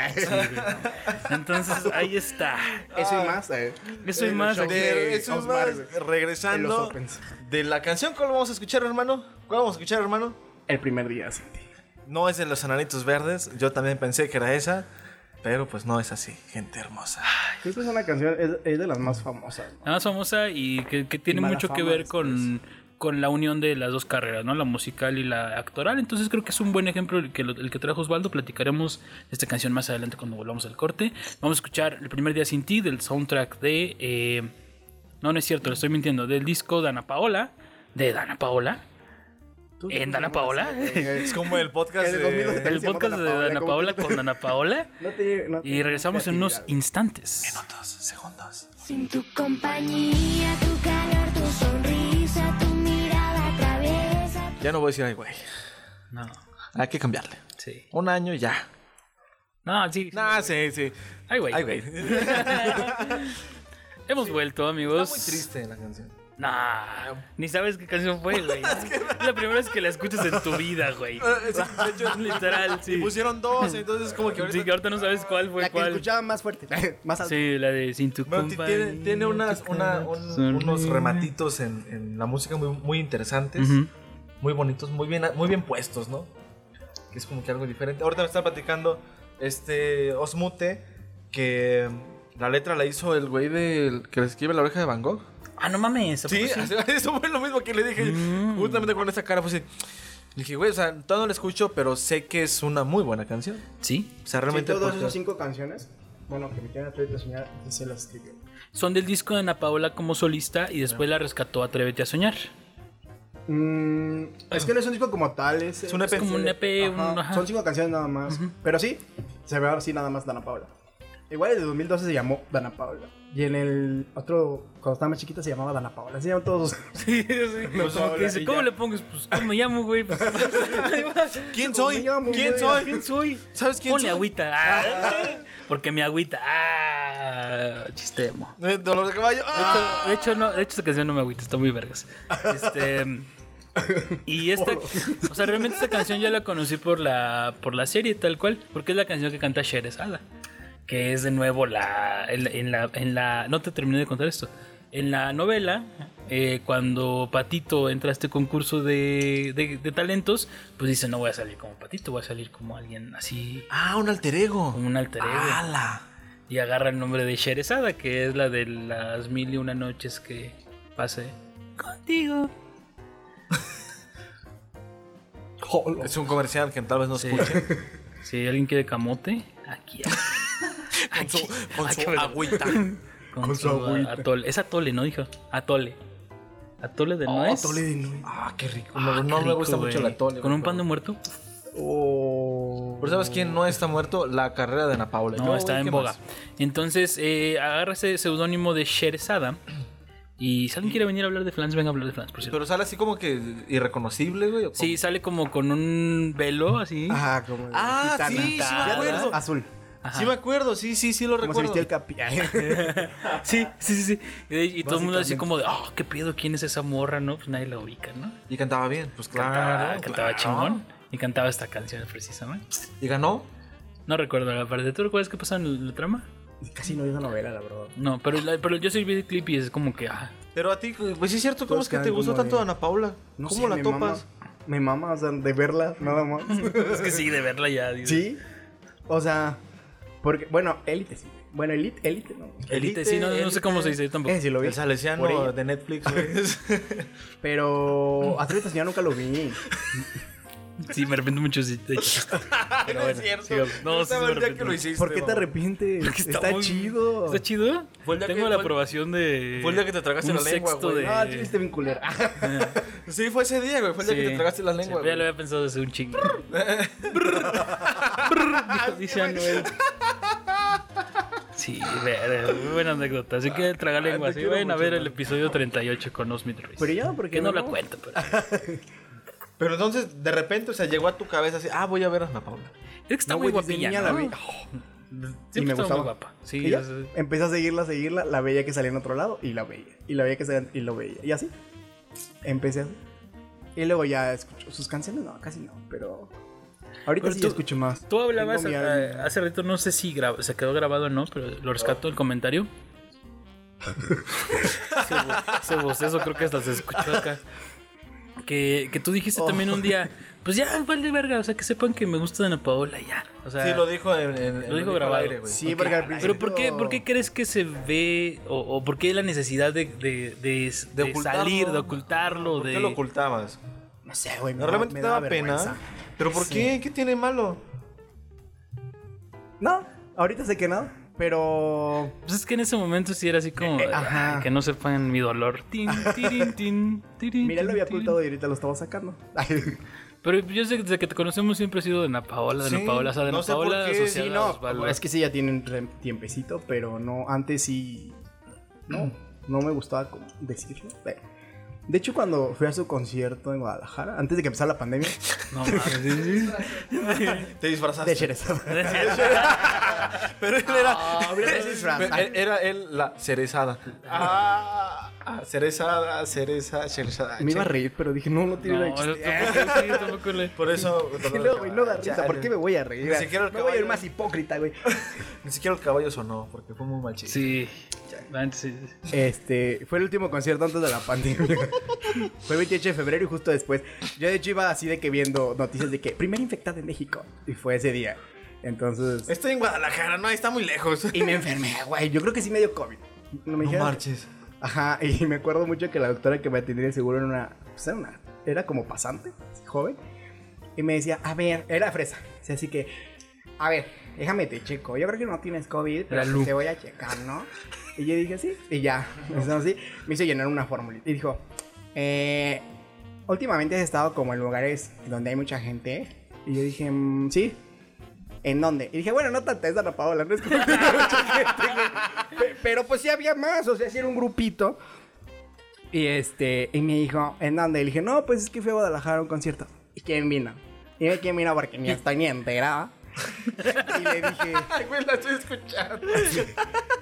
S2: Entonces, ahí está.
S3: Eso y más. eh.
S2: Eso y más.
S3: show.
S1: De-
S3: de
S1: eso es
S3: Osmar,
S1: más,
S3: güey. De los
S1: regresando
S3: Opens.
S1: de la canción, ¿cuál vamos a escuchar, hermano? ¿Cuál vamos a escuchar, hermano?
S3: El primer día, sin ti.
S1: No es de los Ananitos Verdes, yo también pensé que era esa, pero pues no es así, gente hermosa.
S3: Creo que es una canción, es, es de las más famosas. ¿no?
S2: La más famosa y que, que tiene
S3: Y mala
S2: mucho que
S3: fama
S2: ver con, con la unión de las dos carreras, ¿no? La musical y la actoral. Entonces creo que es un buen ejemplo el que, lo- el que trajo Osvaldo. Platicaremos de esta canción más adelante cuando volvamos al corte. Vamos a escuchar El primer día sin ti del soundtrack de... eh, no, no es cierto, le estoy mintiendo. Del disco Dana Paola. De Dana Paola.
S3: Tú-
S2: ¿En
S3: tú
S2: Dana
S3: no
S2: Paola?
S3: vas a- eh,
S1: Es como el podcast
S3: El
S1: de...
S3: domingo de-
S2: El
S3: Se llama
S2: podcast
S3: Dana
S2: de
S3: Paola,
S2: Dana
S3: ¿cómo
S2: Paola
S3: te-
S2: con Dana Paola.
S3: no te- no
S2: Y
S3: te-
S2: regresamos en unos
S3: creatividad.
S2: instantes.
S1: Dos segundos.
S6: Sin tu compañía, tu calor, tu sonrisa, tu mirada atraviesa.
S1: Ya no voy a decir, ay, güey,
S2: No,
S1: hay que cambiarle.
S2: sí.
S1: Un año y ya.
S2: No, sí. sí.
S1: Ah, sí, sí.
S2: Ay, güey.
S1: Ay, güey.
S2: Hemos vuelto, amigos.
S1: Está muy triste la canción.
S2: Nah, ni sabes qué canción fue, güey. Es la primera vez que la escuchas en tu vida, güey. Literal, sí.
S1: Pusieron dos, entonces como que
S2: Sí, que
S1: ahorita...
S2: ahorita no sabes cuál fue
S3: La que
S2: cuál.
S3: escuchaba más fuerte, más alto.
S2: Sí, la de Sin tu
S1: Bueno, ti-
S2: compañía,
S1: tiene, tiene unas,
S2: tu
S1: una-
S2: cara,
S1: un-
S2: sonríe.
S1: unos rematitos en, en la música muy, muy interesantes,
S2: Ujú.
S1: muy bonitos, muy bien, muy bien puestos, ¿no? Que es como que algo diferente. Ahorita me está platicando este Osmute que la letra la hizo el güey del que le escribe la oreja de Van Gogh.
S2: Ah, no mames. ¿a
S1: Sí,
S2: poco
S1: eso fue lo mismo que le dije.
S2: Mm.
S1: Justamente con esa cara fue así. Le dije, güey, o sea, todavía no la escucho, pero sé que es una muy buena canción.
S2: Sí.
S1: O sea,
S3: Sí,
S1: realmente.
S3: todas
S1: porque-
S3: esas cinco canciones, bueno, que me tienen atrevido a soñar, y se las escribió.
S2: Son del disco de Ana Paola como solista y después la rescató Atrévete a soñar.
S3: Mm, es que no es un E disco como tal, es,
S1: Es un EP.
S2: Como un EP, un-
S3: Ajá,
S2: ajá.
S3: Son cinco canciones nada más. Pero sí, se ve ahora sí nada más Dana Paula. Igual el de 2012 se llamó Dana Paula. Y en el otro, cuando estaba más chiquita, se llamaba Dana Paula. Se llaman todos.
S2: Sí, sí.
S3: Pues,
S2: Como que dice,
S3: y
S2: ¿cómo
S3: ya.
S2: le pongo? Pues, ¿cómo me llamo, güey? Pues, ahí va.
S1: ¿Quién
S3: Como
S1: soy?
S3: me llamo,
S1: ¿Quién
S3: güey,
S1: soy?
S2: ¿Quién soy?
S1: ¿Sabes quién
S2: Ponle
S1: soy?
S2: agüita. ah, porque mi agüita. Ah, chistemo.
S1: Eh, Dolor de caballo. ¡Ah!
S2: De hecho, no, de hecho, esta canción no me agüita, está muy vergas. Este. Y esta, o sea, realmente esta canción ya la conocí por la, por la serie, tal cual, porque es la canción que canta Sherezada, que es de nuevo la, en, la- en la, en la, no te terminé de contar esto, en la novela, eh, cuando Patito entra a este concurso de, de- de talentos, pues dice, no voy a salir como Patito, voy a salir como alguien así,
S1: Ah, un alter ego.
S2: como un alter ego
S1: ¡Hala!
S2: y agarra el nombre de Sherezada, que es la de las mil y una noches que pasé contigo.
S3: Oh,
S1: Es un comercial que tal vez no
S2: Sí.
S1: escuche.
S2: Si alguien quiere camote, aquí.
S1: Con su, con
S2: Ay,
S1: su
S2: Ah, qué verdad.
S1: agüita.
S2: Con,
S3: Con su
S2: su
S3: agüita.
S2: atole. Es atole, ¿no, dijo? Atole. Atole de
S3: Oh,
S2: nuez.
S3: Tole de Nuez.
S1: Ah, qué rico. No,
S2: Ah,
S1: no
S2: qué
S1: me
S2: rico,
S1: gusta mucho
S2: güey.
S1: la tole.
S2: ¿Con un pan de muerto?
S3: Oh.
S1: Pero ¿sabes quién no está muerto? La carrera de Ana Paula.
S2: Mm. No,
S1: Yo,
S2: está
S1: güey,
S2: en
S1: ¿qué
S2: boga.
S1: más?
S2: Entonces, eh, agarra ese seudónimo de Sherezada Y si alguien quiere venir a hablar de Flans, venga a hablar de Flans, por cierto.
S1: Pero sale así como que irreconocible, güey. ¿o cómo?
S2: Sí, sale como con un velo así.
S3: Ah, como. de
S1: Ah,
S3: gitana.
S1: sí, sí me
S3: Ya te
S1: acuerdo.
S3: ves Azul.
S2: Ajá.
S1: Sí me acuerdo, sí, sí, sí lo
S3: Como se
S1: recuerdo.
S3: vestía el capi.
S2: Sí, sí, sí, sí. Y, y todo el mundo así como de, oh, qué pedo, ¿quién es esa morra? No, pues nadie la ubica, ¿no?
S1: Y cantaba bien, pues claro.
S2: Cantaba, cantaba
S1: claro.
S2: chingón. Y cantaba esta canción precisamente.
S1: Y ganó.
S2: No recuerdo la parte. ¿Tú recuerdas qué pasaba en la trama?
S3: Y Casi no vi esa novela, la verdad.
S2: No, pero, la- pero yo soy el clip y es como que, ah,
S1: Pero a ti, pues sí es cierto, ¿cómo
S3: Todos
S1: es que te
S3: quedan
S1: gustó
S3: como
S1: tanto
S3: de-
S1: Ana Paula?
S3: No
S1: ¿Cómo
S3: sé,
S1: la
S3: me
S1: topas?
S3: mama- me mama, o sea, de verla, nada más.
S2: es que sí, de verla ya. dices,
S3: ¿Sí? O sea, porque, bueno, élite sí. Bueno, élite, élite, no.
S2: Elite, sí, no, no sé cómo se dice yo tampoco.
S3: Ese sí lo vi.
S1: El
S3: Por ella.
S1: salesiano de Netflix, güey.
S3: Pero Atletas ya nunca lo vi.
S2: Sí, me arrepiento mucho de de chiste. Pero bueno, sigamos. No, sí, sí me arrepiento.
S1: hiciste.
S3: ¿Por qué te
S1: mamá.
S3: arrepientes?
S2: Porque
S3: Está,
S2: muy-
S3: chido.
S2: ¿Está chido?
S1: Fue el día que-
S2: Tengo la
S1: fue el-
S2: aprobación de.
S1: fue el día que te tragaste
S2: un
S1: la lengua,
S2: sexto
S1: güey.
S2: de-
S3: Ah, sí, viste bien culera.
S1: Sí, fue ese día, güey. Fue el día que te tragaste la
S2: sí,
S1: lengua.
S2: ya lo
S1: güey.
S2: había pensado desde un chingo. Brr, Dice Anuel. Sí, verga, muy buena anécdota. Así que traga
S1: Ah,
S2: lengua. Sí, vayan a ver el episodio 38 con Osmith Ruiz.
S3: Pero ya, ¿por qué
S2: Que no
S3: no?
S2: la cuento. Pero...
S1: Pero entonces, de repente, o sea, llegó a tu cabeza así, ah, voy a ver a Ana Paula.
S2: Es que está
S3: No,
S2: muy
S3: güey, desde
S2: guapilla.
S3: niña
S2: ¿no? Oh.
S3: la vi.
S2: Siempre
S3: Y me
S2: estaba
S3: gustaba.
S2: muy guapa. Sí,
S3: Y ya,
S2: es-
S3: empecé a seguirla, a seguirla, la veía que salía en otro lado y la veía. Y la veía que salía y lo veía. Y así. Empecé así. Y luego ya escucho sus canciones, no, casi no, pero... Ahorita
S2: Pero
S3: sí
S2: tú-
S3: escucho más.
S2: Tú hablabas
S3: Tengo mi
S2: eh,
S3: álbum.
S2: hace rato, no sé si gra- se quedó grabado o no, pero lo rescato el comentario. ese, bo- ese bocezo creo que hasta se escuchó acá. Que, que tú dijiste también
S3: Oh.
S2: un día, pues ya, vale verga, o sea, que sepan que me gusta Ana Paola, ya. O sea,
S1: Sí, lo dijo en. en-
S2: dijo grabado.
S1: al aire, güey.
S3: Sí, porque al principio...
S2: Pero ¿por qué, ¿por qué crees que se ve, o, o por qué la necesidad de, de- de- de
S1: ocultarlo.
S2: salir, de ocultarlo?
S1: ¿Por
S2: de...
S1: qué lo ocultabas?
S3: No sé, güey, me,
S1: No,
S3: da-
S1: realmente
S3: me
S1: te
S3: daba
S1: daba pena.
S3: vergüenza.
S1: ¿Pero por
S3: Sí.
S1: qué? ¿Qué tiene malo?
S3: No, ahorita sé que no, pero...
S2: Pues es que en ese momento sí era así como,
S3: eh, ajá.
S2: "Ay, que no sepan mi dolor. Tin, tirin, tin, tirin,
S3: Mira, lo
S2: tin,
S3: había
S2: tirin".
S3: ocultado y ahorita lo estaba sacando.
S2: Pero yo sé que desde que te conocemos siempre he sido de Ana Paola, de
S1: Sí,
S2: Ana Paola, o sea, de
S1: no
S2: Ana
S1: sé por
S2: Paola
S1: qué,
S2: asociada
S1: sí,
S2: a
S1: no,
S2: Osvaldo.
S3: es que sí, ya tienen re- tiempecito, pero no, antes sí... No, no me gustaba como decirlo. Ve. De hecho, cuando fui a su concierto en Guadalajara, antes de que empezara la pandemia,
S2: No mames.
S1: Te disfrazaste.
S3: de Sherezada.
S1: Pero él era.
S3: ahorita sí es Fran.
S1: Pero él- era él la cerezada. Ah, ah, cerezada, cereza, cerezada.
S3: Me iba a reír, pero dije, no, no tiene
S2: No,
S3: nada
S2: yo
S3: que
S2: tampoco,
S3: chiste.
S2: sí, tampoco le...
S1: Por eso.
S3: Y luego, güey, no da risa, ¿por qué me voy a reír?
S1: Ni siquiera el
S3: me voy a ir
S1: caballo.
S3: más hipócrita, güey.
S1: Ni siquiera el caballo sonó, porque fue muy mal chiste.
S2: Sí. Antes, sí, sí.
S3: Este, fue el último concierto antes de la pandemia. fue el 28 de febrero y justo después. Yo de hecho iba así de que viendo noticias de que primer infectado en México. Y fue ese día. Entonces...
S1: Estoy en Guadalajara, no, está muy lejos.
S3: Y me enfermé, güey. Yo creo que sí me dio COVID. No me
S1: No
S3: dijeron-
S1: marches.
S3: Ajá, y me acuerdo mucho que la doctora que me atendía el seguro era una, pues era una, era como pasante, así, joven, y me decía, a ver, era fresa, o sea, así que, a ver, déjame te checo, yo creo que no tienes COVID, pero
S2: Era Lu.
S3: te voy a checar, ¿no? Y yo dije, sí, y ya, entonces, así, me hizo llenar una fórmula, y dijo, eh, últimamente has estado como en lugares donde hay mucha gente, y yo dije, "Mm, sí, ¿En dónde? Y dije, bueno, no tanta es Ana Paola, no es como que hubiera mucha gente, güey. Pe- Pero pues sí había más, o sea, sí era un grupito. Y este, y me dijo, ¿en dónde? Y le dije, no, pues es que fui a Guadalajara a un concierto. ¿Y quién vino? Dime quién vino porque ni estoy ni enterada. y le dije,
S1: Güey, la estoy escuchando.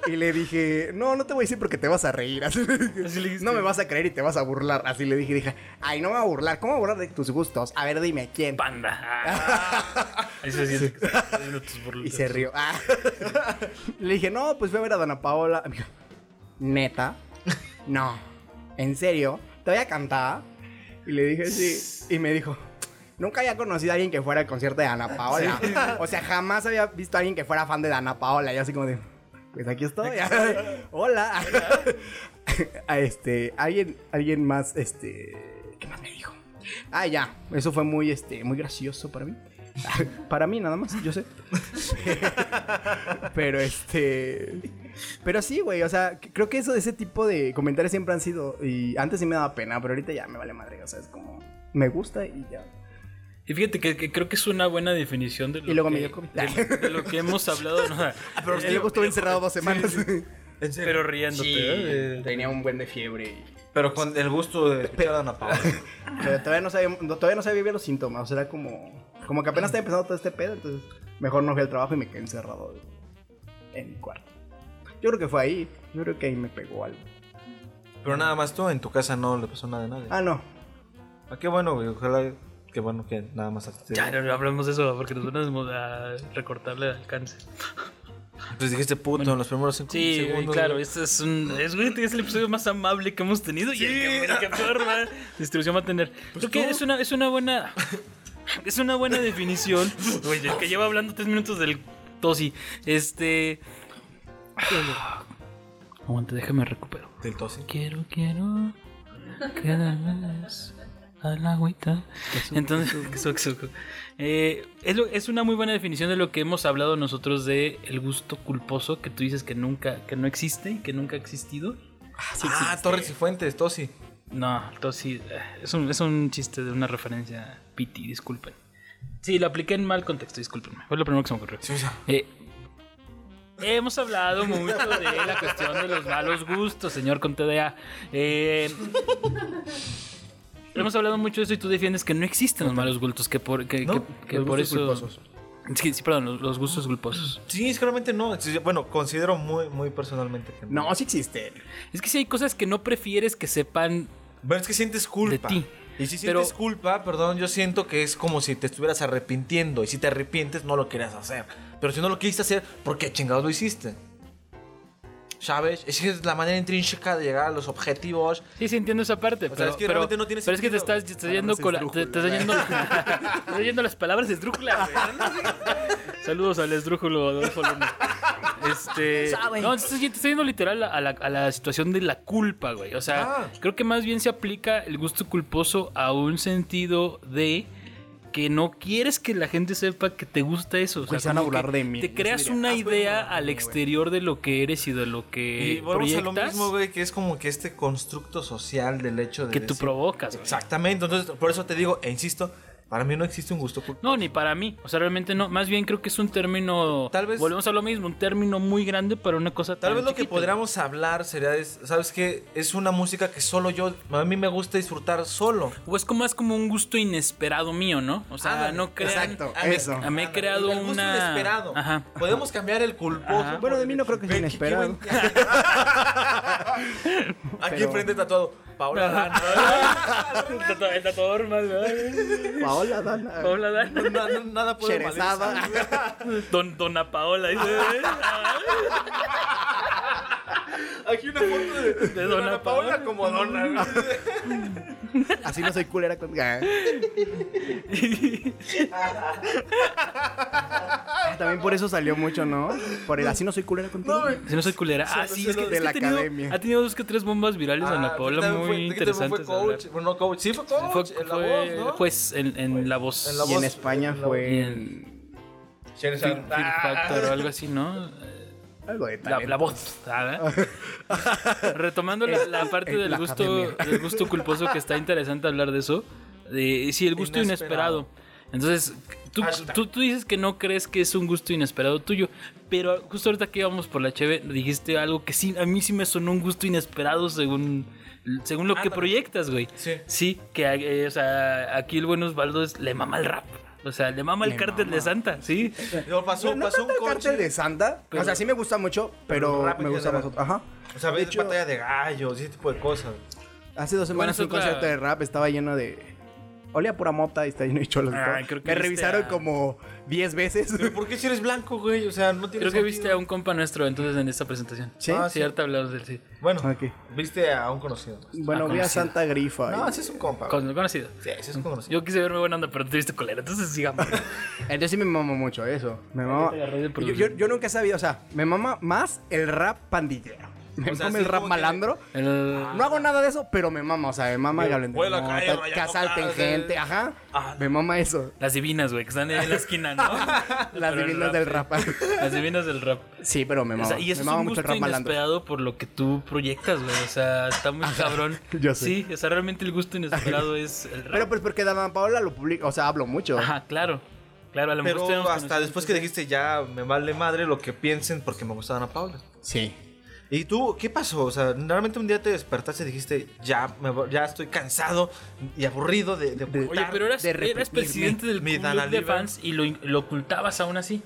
S3: y le dije, no, no te voy a decir porque te vas a reír. Así le dije,
S2: Así le dijiste.
S3: no me vas a creer y te vas a burlar. Así le dije, dije, ay, no me voy a burlar, ¿cómo voy a burlar de tus gustos? A ver, dime quién.
S2: Panda. Ah. Ahí se siente que está haciendo tus burlas.
S3: Y se rió. Ah. Le dije, no, pues voy a ver a Dana Paola. Me dijo, Neta. No. ¿En serio? ¿Te voy a cantar? Y le dije, sí. Y me dijo, nunca había conocido a alguien que fuera al concierto de Dana Paola. O sea, jamás había visto a alguien que fuera fan de Dana Paola. Y yo así como de, pues aquí estoy. Hola. a este, alguien, alguien más, este, ¿qué más me dijo? Ah, ya. Eso fue muy, este, muy gracioso para mí. para mí nada más, yo sé. Pero este. Pero sí, güey. O sea, c- creo que eso, ese tipo de comentarios siempre han sido. Y antes sí me daba pena, pero ahorita ya me vale madre. O sea, es como. Me gusta y ya.
S2: Y fíjate que, que creo que es una buena definición de lo
S3: Y luego
S2: que,
S3: me dio COVID. Ah,
S2: de, de lo que hemos hablado. ¿no?
S3: Eh, Pero luego estuve encerrado dos semanas.
S2: Pero riéndote. ¿eh?
S3: tenía un buen de fiebre.
S1: Pero con el gusto de escuchar a Ana Paola.
S3: Pero todavía no sabía, no- todavía no sabía bien los síntomas. O sea, era como, como que apenas estaba empezando todo este pedo. Entonces, mejor no fui al trabajo y me quedé encerrado en mi cuarto. Yo creo que fue ahí. Yo creo que ahí me pegó algo.
S1: Pero nada más tú, en tu casa no le pasó nada de nadie.
S3: Ah, no.
S1: Ah, qué bueno, güey. Ojalá, qué bueno que nada más a ti te-
S2: Ya, no, no hablamos de eso porque nos van a recortarle el alcance.
S1: Pues dijiste puto en los primeros cinco
S2: Sí, güey,
S1: segundos.
S2: claro,
S1: güey.
S2: este es un es, güey, es el episodio más amable que hemos tenido y el que, el que peor va- distribución va a tener. Creo que es una, es una buena es una buena definición. Güey, el que lleva hablando tres minutos del tosi. Este Aguanta, déjame recupero.
S1: Del tosi.
S2: Quiero, quiero quedarme más a la agüita. Entonces, suco, suco. Eh, es, lo- es una muy buena definición de lo que hemos hablado nosotros de el gusto culposo que tú dices que nunca, que no existe y que nunca ha existido.
S1: ah, Torres y Fuentes, tosi.
S2: No, entonces sí, eh, es un, es un chiste de una referencia piti, disculpen. Sí, lo apliqué en mal contexto, discúlpenme. Fue lo primero que se me ocurrió.
S1: o sea.
S2: Eh, hemos hablado mucho de la cuestión de los malos gustos, señor con TDA. Eh, hemos hablado mucho de eso y tú defiendes que no existen los malos gustos, que por, que,
S1: No,
S2: que- que
S1: los
S2: por
S1: gustos
S2: eso...
S1: culposos.
S2: Sí, sí, perdón, los, los gustos culposos.
S1: Sí, es que realmente no. Sí, Bueno, considero muy, muy personalmente que no.
S3: No, sí existe.
S2: Es que sí hay cosas que no prefieres que sepan
S1: Pero es que sientes culpa.
S2: De ti.
S1: Y si
S2: Pero-
S1: sientes culpa, perdón, yo siento que es como si te estuvieras arrepintiendo. Y si te arrepientes, no lo querías hacer. Pero si no lo quisiste hacer, ¿por qué chingados lo hiciste? ¿Sabes? Es que es la manera intrínseca de llegar a los objetivos.
S2: Sí, sí, entiendo esa parte.
S1: sea,
S2: pero,
S1: es que
S2: pero-
S1: realmente no tiene
S2: pero es que te
S1: sentido.
S2: estás, te estás yendo con la- te- te estás yendo, te estás yendo a las palabras esdrújulas. güey. Saludos al esdrújulo Adolfo Luna. Este, no, te estás, te estás yendo literal a la, a la situación de la culpa, güey. O sea,
S1: Ah.
S2: creo que más bien se aplica el gusto culposo a un sentido de que no quieres que la gente sepa que te gusta eso. O sea,
S3: Güey, se van a
S2: como que
S3: burlar de mí.
S2: Te
S3: Yo
S2: creas
S3: sí diría,
S2: una
S3: "Ah, se van a
S2: idea
S3: burlar de
S2: al
S3: mí, güey".
S2: exterior de lo que eres y de lo que
S1: y volvemos a lo
S2: proyectas
S1: mismo, güey, que es como que este constructo social del hecho de.
S2: que tú
S1: decir-
S2: provocas. güey.
S1: Exactamente. Entonces, por eso te digo, e insisto, para mí no existe un gusto culposo.
S2: No, ni para mí. O sea, realmente no. Más bien creo que es un término.
S1: Tal vez-
S2: Volvemos a lo mismo, un término muy grande para una cosa
S1: Tal
S2: tan
S1: vez lo que
S2: chiquita.
S1: podríamos hablar sería, es- ¿sabes qué? Es una música que solo yo, a mí me gusta disfrutar solo.
S2: O es como, es como un gusto inesperado mío, ¿no? O sea,
S1: Ándale,
S2: no crean.
S3: exacto,
S2: Ah, me-
S3: eso.
S2: ah, Me he creado
S1: el gusto
S2: una.
S1: inesperado.
S2: Ajá.
S1: Podemos cambiar el culposo.
S2: Ajá.
S1: por
S3: Bueno, de mí no creo que sea
S1: Ve, qué- qué buen-
S3: inesperado.
S1: Aquí
S3: Pero-
S1: enfrente tatuado. Paola Arana.
S2: El tatuador más.
S3: Paola, Dana.
S2: Paola
S1: No, no, no, nada puede valer.
S3: Cherezada.
S2: Don, Dona Paola. dice, ¿eh?
S1: Aquí una foto de, de
S2: Dona
S1: Dona Paola,
S2: Paola. Ah,
S1: como Dona. Ah,
S3: Así no soy culera con. Ah. Ah, También por eso salió mucho, ¿no? Por el así no soy culera contigo.
S2: Si no soy culera. Ah, sí, es que,
S3: de
S2: es que
S3: la
S2: ha tenido-
S3: academia.
S2: Ha tenido dos que tres bombas virales, Dona Paola, muy interesantes.
S1: Ah, Fue
S2: de hablar.
S1: coach. Bueno, no coach. Sí, fue coach.
S2: Fue,
S1: en la
S2: fue
S1: voz, ¿no?
S2: juez en, en la voz.
S1: En la
S3: y en
S1: voz.
S3: España fue en-
S1: Cherezada.
S2: Fear Factor o algo así, ¿no?
S3: algo de
S2: La,
S3: talento.
S2: la voz. ¿verdad? Retomando la, la parte
S3: en
S2: del
S3: la
S2: gusto,
S3: academia.
S2: del gusto culposo que está interesante hablar de eso. De, sí, el gusto inesperado.
S1: Inesperado.
S2: Entonces, tú,
S1: Hashtag.
S2: tú, tú dices que no crees que es un gusto inesperado tuyo, pero justo ahorita que íbamos por la cheve, dijiste algo que sí, a mí sí me sonó un gusto inesperado según, según lo que
S1: Ándale.
S2: proyectas, güey.
S1: Sí.
S2: Sí, que eh, o sea, aquí el buen Osvaldo es- le mama el rap. O sea, le mama el
S3: Le
S2: cártel de
S3: mama.
S2: Santa, ¿sí?
S1: Luego Pasó,
S3: No, no
S1: pasó un
S3: tanto el
S1: coach.
S3: cártel de Santa.
S2: Pero-
S3: o sea, sí me gusta mucho, pero
S1: Pero rap en
S3: me gusta más
S1: general.
S3: otro. Ajá.
S1: O sea,
S3: De
S1: ves
S3: hecho-
S1: batalla de gallos y ese tipo de cosas.
S3: Hace dos semanas
S2: es
S3: un
S2: otra-
S3: concierto de rap estaba lleno de. Olía a pura mota y está lleno de cholos. y
S2: Ay,
S3: todo.
S2: creo que
S3: me
S2: viste
S3: revisaron
S2: a-
S3: como 10 veces.
S1: Pero ¿por qué si eres blanco, güey? O sea, no tienes
S2: Creo que viste a un compa nuestro entonces en esta presentación.
S3: Sí.
S2: Ah,
S1: Ah,
S2: sí,
S1: sí.
S2: ahorita hablamos del sí.
S1: Bueno,
S3: Ok.
S1: viste a un conocido.
S3: Bueno,
S2: Ah,
S3: vi a
S2: conocido.
S3: Santa Grifa.
S1: No,
S3: y-
S1: ese es un compa. güey.
S2: Con conocido.
S1: Sí, ese es un conocido.
S2: Yo quise verme buena onda, pero te viste colera, entonces sigamos.
S3: Entonces sí me mamo mucho eso. Me mama.
S2: te agarré de
S3: Yo, yo- yo nunca he sabido, o sea, me mama más el rap pandillero. Me
S1: O sea,
S3: mama
S1: sí,
S3: el rap
S1: como que-
S3: malandro.
S2: El-
S3: No hago nada de eso, pero me mama, o sea, me mama
S1: Yo
S3: Gabriel de
S1: vuelo a
S3: Mota,
S1: caer,
S3: que
S1: rayando
S3: asalten
S1: casas.
S3: gente, ajá.
S1: Ah,
S3: Me mama eso.
S2: Las divinas, güey, que están ahí en la esquina, ¿no?
S3: Las
S2: Pero el
S3: divinas del rap.
S2: sí. Las divinas del rap.
S3: Sí, pero me
S2: O
S3: mama.
S2: sea, y eso
S3: me
S2: es
S3: mama
S2: un
S3: mucho
S2: gusto
S3: el rap malandro.
S2: inesperado por lo que tú proyectas, güey. O sea, está muy cabrón.
S3: yo sé.
S2: Sí, o sea, realmente el gusto inesperado es el rap.
S3: Pero pues porque Dana Paola lo publica, o sea, hablo mucho.
S2: Ajá, claro. Claro, a lo mejor
S1: Pero
S2: tenemos
S1: hasta después que dijiste ya me vale madre lo que piensen porque me gusta Ana Paula.
S3: Sí.
S1: Y ¿Y tú qué pasó? O sea, realmente un día te despertaste y dijiste, ya, me vo- ya estoy cansado y aburrido de... de ocultar".
S2: Oye, pero eras,
S1: de
S2: eras
S1: repetirme
S2: presidente del
S1: mi
S2: club
S1: Dana
S2: de
S1: Libre.
S2: fans y lo, lo ocultabas aún así.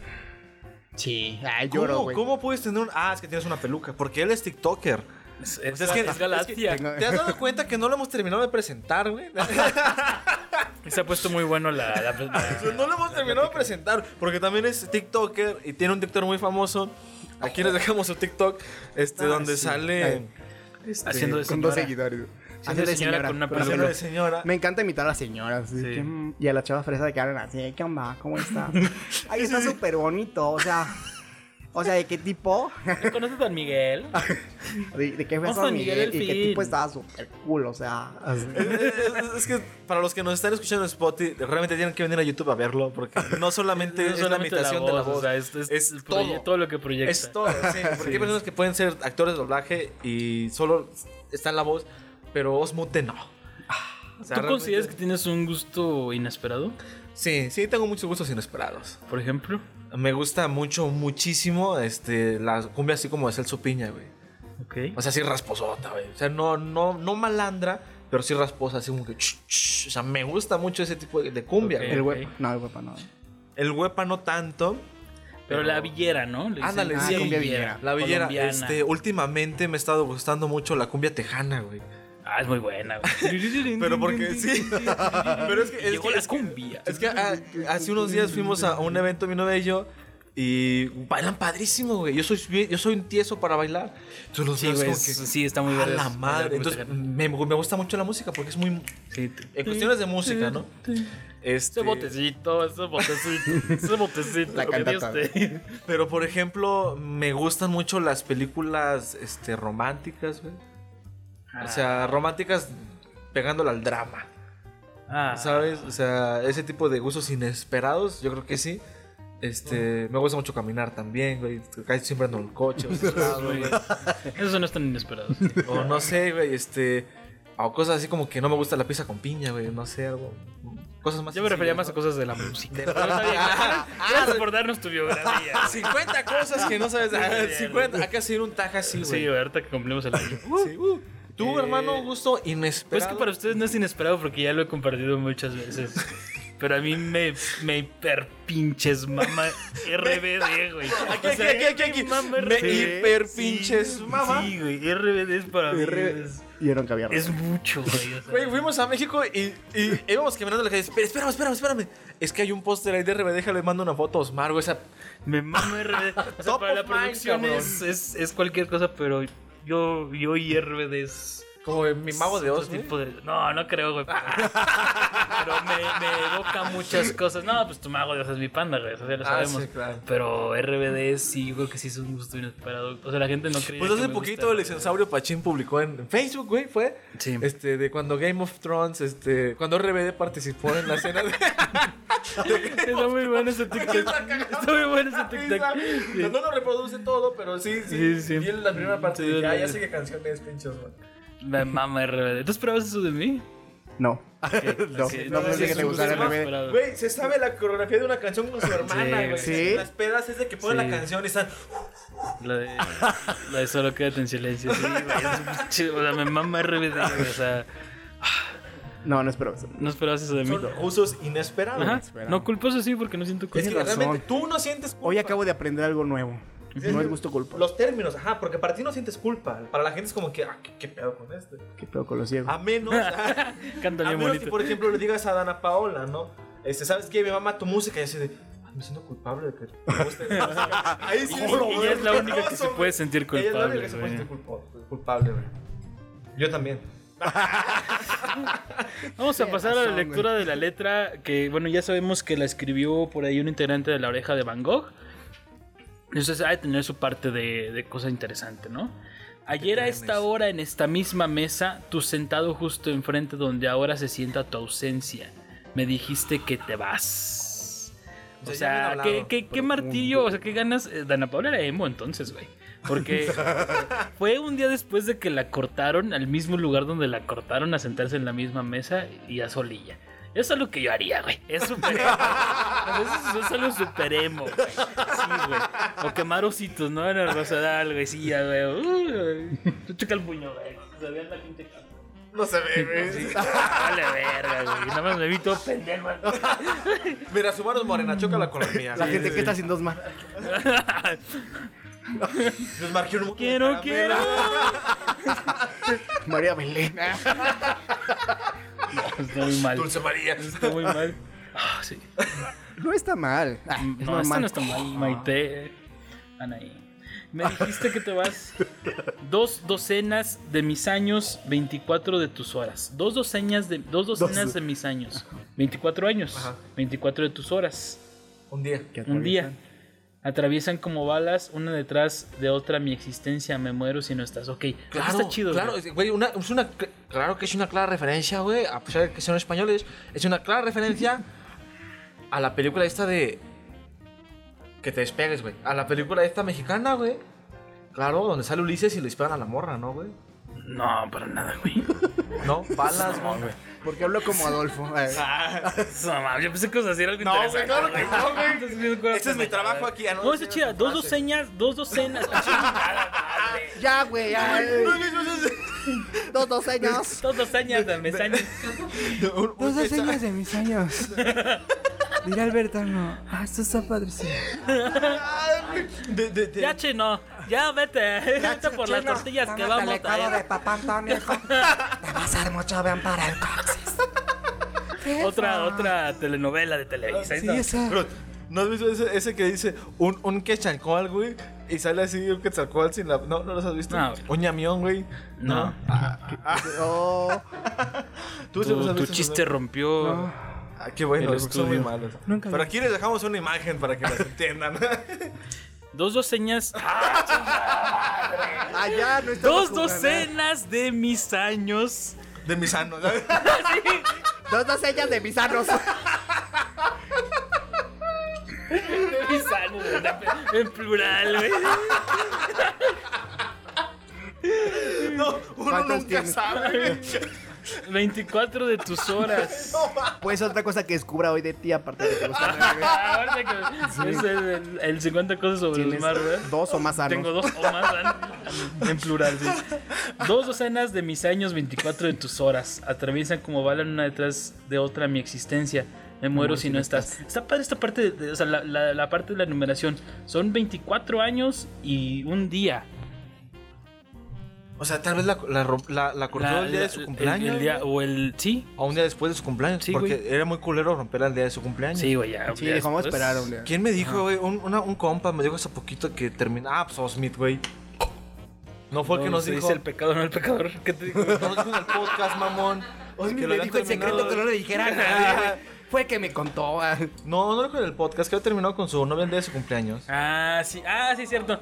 S7: Sí, ay, lloro,
S1: ¿Cómo,
S7: güey.
S1: ¿Cómo puedes tener un... Ah, es que tienes una peluca, porque él es TikToker.
S2: Es,
S1: O sea, es que- es que-
S2: Galaxia.
S1: ¿Te has dado cuenta que no lo hemos terminado de presentar, güey?
S2: Se ha puesto muy bueno la. la- la-
S1: no lo hemos terminado de presentar, porque también es TikToker y tiene un TikTok muy famoso. Aquí les dejamos su TikTok,
S2: Ah,
S1: este, donde sale...
S3: Este,
S2: haciendo de
S7: Con dos
S2: señora.
S7: seguidores.
S2: Haciendo de señora con una
S3: pero
S1: haciendo
S2: persona.
S1: de señora.
S7: Me encanta imitar a las señoras.
S3: Así que, mm, y a las chavas fresas que hablan así, ¿qué onda? ¿Cómo está? Ahí está súper bonito, o sea. O sea, ¿de qué tipo?
S2: ¿Conoces a Don Miguel?
S1: Ah,
S3: ¿De, de qué fue
S2: Vamos
S3: San
S2: con Miguel el
S3: Miguel? ¿Y qué
S2: Fin.
S3: tipo estaba súper cool? O sea, así.
S1: Eh, es, es que para los que nos están escuchando en Spotify, realmente tienen que venir a YouTube a verlo, porque no solamente es, la
S2: solamente
S1: imitación de la voz,
S2: o sea, es, es el proye-
S1: todo.
S2: todo lo que proyecta.
S1: Es todo, sí. Porque hay personas que pueden ser actores de doblaje y solo está en la voz, pero Osmute no. O
S2: ¿Tú
S1: sea, realmente-
S2: consideras que tienes un gusto inesperado,
S1: Sí, sí, tengo muchos gustos inesperados.
S2: por ejemplo?
S1: Me gusta mucho, muchísimo, este, la cumbia así como de Celso Piña, güey.
S2: Ok.
S1: O sea, así rasposota, güey. O sea, no, no, no malandra, pero sí rasposa, así como que... ch, ch. O sea, me gusta mucho ese tipo de, de cumbia,
S2: Ok.
S1: güey.
S3: el
S2: ok.
S3: güey. No, el güey, no.
S1: El huepa no tanto.
S2: Pero la villera, ¿no? Le dicen,
S1: Ándale,
S2: ah,
S1: sí.
S2: cumbia
S1: La villera,
S2: colombiana.
S1: este, últimamente me ha estado gustando mucho la cumbia tejana, güey.
S2: Ah, es muy buena. güey.
S1: Pero porque sí. Pero es que, es
S2: Llegó
S1: que-
S2: la
S1: es que-
S2: cumbia.
S1: es que, ah, hace unos días fuimos a un evento mi novia y yo y bailan padrísimo, güey. Yo soy bien- yo soy un tieso para bailar. Entonces los
S2: Sí,
S1: veo, es
S2: güey,
S1: como que,
S2: sí, está muy
S1: a
S2: vergas
S1: la
S2: bailar
S1: madre.
S2: cumbia
S1: Entonces
S2: tejana.
S1: me, me gusta mucho la música porque es muy en cuestiones de música, ¿no? Este,
S2: Ese botecito, ese botecito, ese botecito.
S7: La
S2: que
S7: cantata.
S2: diste.
S1: pero por ejemplo, me gustan mucho las películas este románticas, güey. O sea, románticas pegándole al drama.
S2: Ah,
S1: ¿Sabes? O sea, ese tipo de gustos inesperados, yo creo que sí. Este, me gusta mucho caminar también, güey. Casi siempre ando en el coche, o, sentado, güey.
S2: Esos no están inesperados.
S1: O no sé, güey, este, o cosas así como que no me gusta la pizza con piña, güey, no sé, algo cosas más
S2: Yo me refería
S1: sencillas,
S2: más a
S1: ¿no?
S2: cosas de la música. Pero está bien,
S1: Ah,
S2: Gracias por darnos tu biografía.
S1: 50 cosas que no sabes. ah,
S2: Sí,
S1: 50, acá se un taja así,
S2: Sí,
S1: güey.
S2: ahorita que cumplimos el año.
S1: Sí, uh. Tu hermano gusto inesperado.
S2: Pues es que para ustedes no es inesperado porque ya lo he compartido muchas veces. Pero a mí me, me hiperpinches mama RBD, güey.
S1: Aquí, aquí, aquí, aquí, aquí. Me hiperpinches mama.
S2: Sí, güey. RBD es para mí. Es,
S3: Y yo nunca había
S2: es mucho, güey. o sea.
S1: Güey, fuimos a México y, y íbamos caminando en la calle. Espera, espérame, espérame, espérame. Es que hay un póster ahí de RB, déjale, le mando una foto a Osmar, güey. Esa...
S2: Me mama RBD. O sea,
S1: Top
S2: para la
S1: of mind,
S2: producción
S1: cabrón.
S2: es, es, es cualquier cosa, pero yo, yo y RBD es.
S1: Como de mi mago de
S2: otro
S1: Oz,
S2: tipo de- No, no creo, güey. Pero, pero me, me evoca muchas cosas. No, pues tu mago de Oz es mi panda, güey. Eso ya lo
S1: Ah,
S2: sabemos.
S1: sí, claro.
S2: Pero RBD sí, yo creo que sí es un gusto inesperado. O sea, la gente no cree.
S1: Pues hace poquito el dinosaurio Pachín publicó en en Facebook, güey, fue.
S2: Sí.
S1: Este, de cuando Game of Thrones, este, cuando RBD participó en la escena de.
S2: Está muy bueno ese TikTok. Está muy bueno ese TikTok. Sí.
S1: No lo reproduce todo, pero sí,
S2: Sí,
S1: sí.
S2: sí.
S1: sí, en la primera parte.
S2: Sí,
S1: dije, ah,
S2: sí.
S1: ya sé qué canción es, pinche Osmar.
S2: Me mama RBD. ¿Tú esperabas eso de mí?
S3: No. no,
S2: sí,
S3: no
S2: no,
S3: pensé
S1: sí,
S3: que
S1: sí,
S3: te gustara
S1: sí,
S3: el bebé.
S2: Esperado.
S1: Güey, se sabe la coreografía de una canción con su hermana, güey.
S3: ¿sí?
S1: Las pedas es de que ponen
S2: Sí.
S1: la canción y están.
S2: La de, la de solo quédate en silencio. Sí, güey, es un chido. O sea, me mama RBD. güey, O sea,
S3: No, no espero eso.
S2: no esperabas eso de mí.
S1: Son usos inesperados.
S2: Ajá. No culposo sí porque no siento culpa.
S1: Es que
S3: Tienes razón.
S1: realmente tú no sientes culpa.
S3: Hoy acabo de aprender algo nuevo. No es gusto culpa.
S1: Los términos, ajá, porque para ti no sientes culpa. Para la gente es como que, ah, qué, qué pedo con este.
S3: Qué pedo con
S2: Ah,
S3: los ciegos.
S1: A menos, a,
S2: Canta
S1: menos
S2: bien
S1: que,
S2: bonito.
S1: Ah, por ejemplo, le digas a Dana Paola, ¿no? Este, ¿sabes qué? Mi mamá tu música y así de. "Ah, Me siento culpable de que te guste esta música". Ahí sí
S2: Y- y ella es la
S1: vergonzoso,
S2: única que se
S1: güey.
S2: puede sentir
S1: Ella es la única
S2: culpable,
S1: que se puede
S2: güey.
S1: sentir culpo- culpable, güey. Yo también.
S2: Vamos a pasar a la
S3: razón,
S2: lectura de la letra que, bueno, ya sabemos que la escribió por ahí un integrante de la oreja de Van Gogh. Entonces ha de tener su parte de, de cosa interesante, ¿no? Ayer a esta hora en esta misma mesa, tú sentado justo enfrente donde ahora se sienta tu ausencia, me dijiste que te vas. O
S1: O sea,
S2: sea,
S1: ya bien
S2: ¿qué,
S1: hablado,
S2: qué, qué martillo, o sea, qué ganas. eh, Dana Paula era emo entonces, güey. Porque fue un día después de que la cortaron al mismo lugar donde la cortaron a sentarse en la misma mesa y a solilla. Eso es lo que yo haría, güey. Es super emo. Pero Eso es- eso es algo super emo, güey. Sí, güey. O quemar ositos, ¿no? En el rosadal, güey. Sí, ya, güey. Uh, güey. Tú checa el puño, güey. Se veía la pinta acá.
S7: No se ve,
S2: Sí.
S7: güey.
S2: Vale, verga, güey. Nada más me vi todo pendejo. güey.
S1: Mira, su mano es morena, chócala con la mía.
S3: La gente que está haciendo dos más.
S1: Les marqué un
S2: Quiero, quiero.
S7: María Belén.
S2: Está muy mal.
S1: Dulce María.
S2: Está muy mal. Ah, sí.
S3: No está mal. Ah, es
S2: No, esto
S3: normal.
S2: no está mal, Maite. Anaí. Me dijiste que te vas dos docenas de mis años, 24 de tus horas. Dos docenas de, dos docenas
S3: Dos.
S2: de mis años. 24 años, 24 de tus horas.
S1: Un día.
S3: Que
S2: Un
S3: atraviesan.
S2: día. Atraviesan como balas, una detrás de otra mi existencia. Me muero si no estás. Ok, eso
S1: Claro,
S2: está chido.
S1: claro,
S2: güey.
S1: es- güey, una, es una, cl- claro que es una clara referencia, güey, a pesar de que son españoles, es una clara referencia a la película esta de... Que te despegues, güey. A la película esta mexicana, güey. Claro, donde sale Ulises y le disparan a la morra, ¿no, güey?
S2: No, para nada, güey.
S1: No, balas, güey.
S3: Porque hablo como Adolfo. Eh,
S2: Ah. No, mames, yo pensé que os hacía algo
S1: No, güey, claro
S2: interesante.
S1: que no, güey. Ese es mi trabajo aquí, ¿no?
S2: No, eso es chida. Dos docenas, dos docenas.
S3: Ya, güey, ya. eh. Dos docenas.
S2: Dos docenas de mis años.
S1: Un- un-
S3: Dos docenas de mis años. Dirá Albertano. Ah, esto está padre.
S1: de- de- de-
S2: Ya, chino. Ya, vete. Vete por las tortillas que vamos a
S4: de
S2: traer.
S4: papá Antonio. hijo. Te va a hacer mucho bien para el coxis. ¿Qué es
S2: Otra,
S4: eso?
S2: otra telenovela de Televisa.
S3: Sí,
S2: ¿no?
S3: esa.
S1: Bro, ¿no has visto ese, ese que dice un, un quechancol, güey? Y sale así un quetzalcoatl sin la... ¿No, ¿no los has visto?
S2: No, güey.
S1: Un ñamión, güey.
S2: No.
S3: Oh,
S1: ¿Tú sí los
S2: Tu,
S1: has
S2: tu
S1: visto?
S2: chiste rompió.
S1: Ah, qué bueno,
S2: el
S1: es que son muy
S2: estudio.
S1: malos.
S3: Nunca
S1: Pero
S3: vi.
S1: aquí les dejamos una imagen para que las entiendan.
S2: Dos docenas. ah,
S3: allá no estamos
S2: Dos
S3: jugando. ¿eh?
S2: docenas de mis años.
S1: De mis anos.
S3: Dos docenas de bizarros.
S2: Mis años. En plural, güey.
S1: No, uno
S3: ¿Cuántos
S1: nunca
S3: tienes?
S1: sabe. güey.
S2: 24 de tus horas.
S3: Pues otra cosa que descubra hoy de ti, aparte de que te
S2: Ah,
S3: gusta.
S2: Ahorita que es el, el- el 50 cosas sobre el
S3: Tienes
S2: mar, ¿verdad?
S3: dos o más años.
S2: pues, ¿eh? Tengo dos o más ¿verdad? en plural, sí. Dos docenas de mis años, 24 de tus horas, atraviesan como balan una detrás de otra mi existencia. Me muero si no estás. Está padre esta parte, de- de- o sea, la, la- la parte de la numeración. Son 24 años y un día.
S1: O sea, tal vez la, la, ro- la, la cortó
S2: La-
S1: el día
S2: la-
S1: de su cumpleaños.
S2: el- el día- o el. Sí.
S1: O un día después de su cumpleaños.
S2: Sí,
S1: porque
S2: güey.
S1: era muy culero romper el día de su cumpleaños.
S2: Sí, güey, ya.
S3: Sí,
S2: ya
S3: dejamos
S2: después.
S3: esperar un día.
S1: ¿Quién me dijo, güey? Un, una- un compa me dijo hace poquito que termina. Ah, pues Osmith, güey. No fue el que
S2: No,
S1: nos
S2: se
S1: dijo.
S2: dice el pecado, no el pecador. ¿Qué te digo?
S1: No nos dijo en el podcast, mamón.
S3: Osmith
S1: Que lo
S3: me
S1: habían
S3: dijo en secreto
S1: terminado.
S3: que no le dijera a nadie. güey. Fue que me contó. ah.
S1: No, no lo dijo en el podcast, que había terminado con su novia el día de su cumpleaños.
S2: Ah, sí, ah, sí, cierto.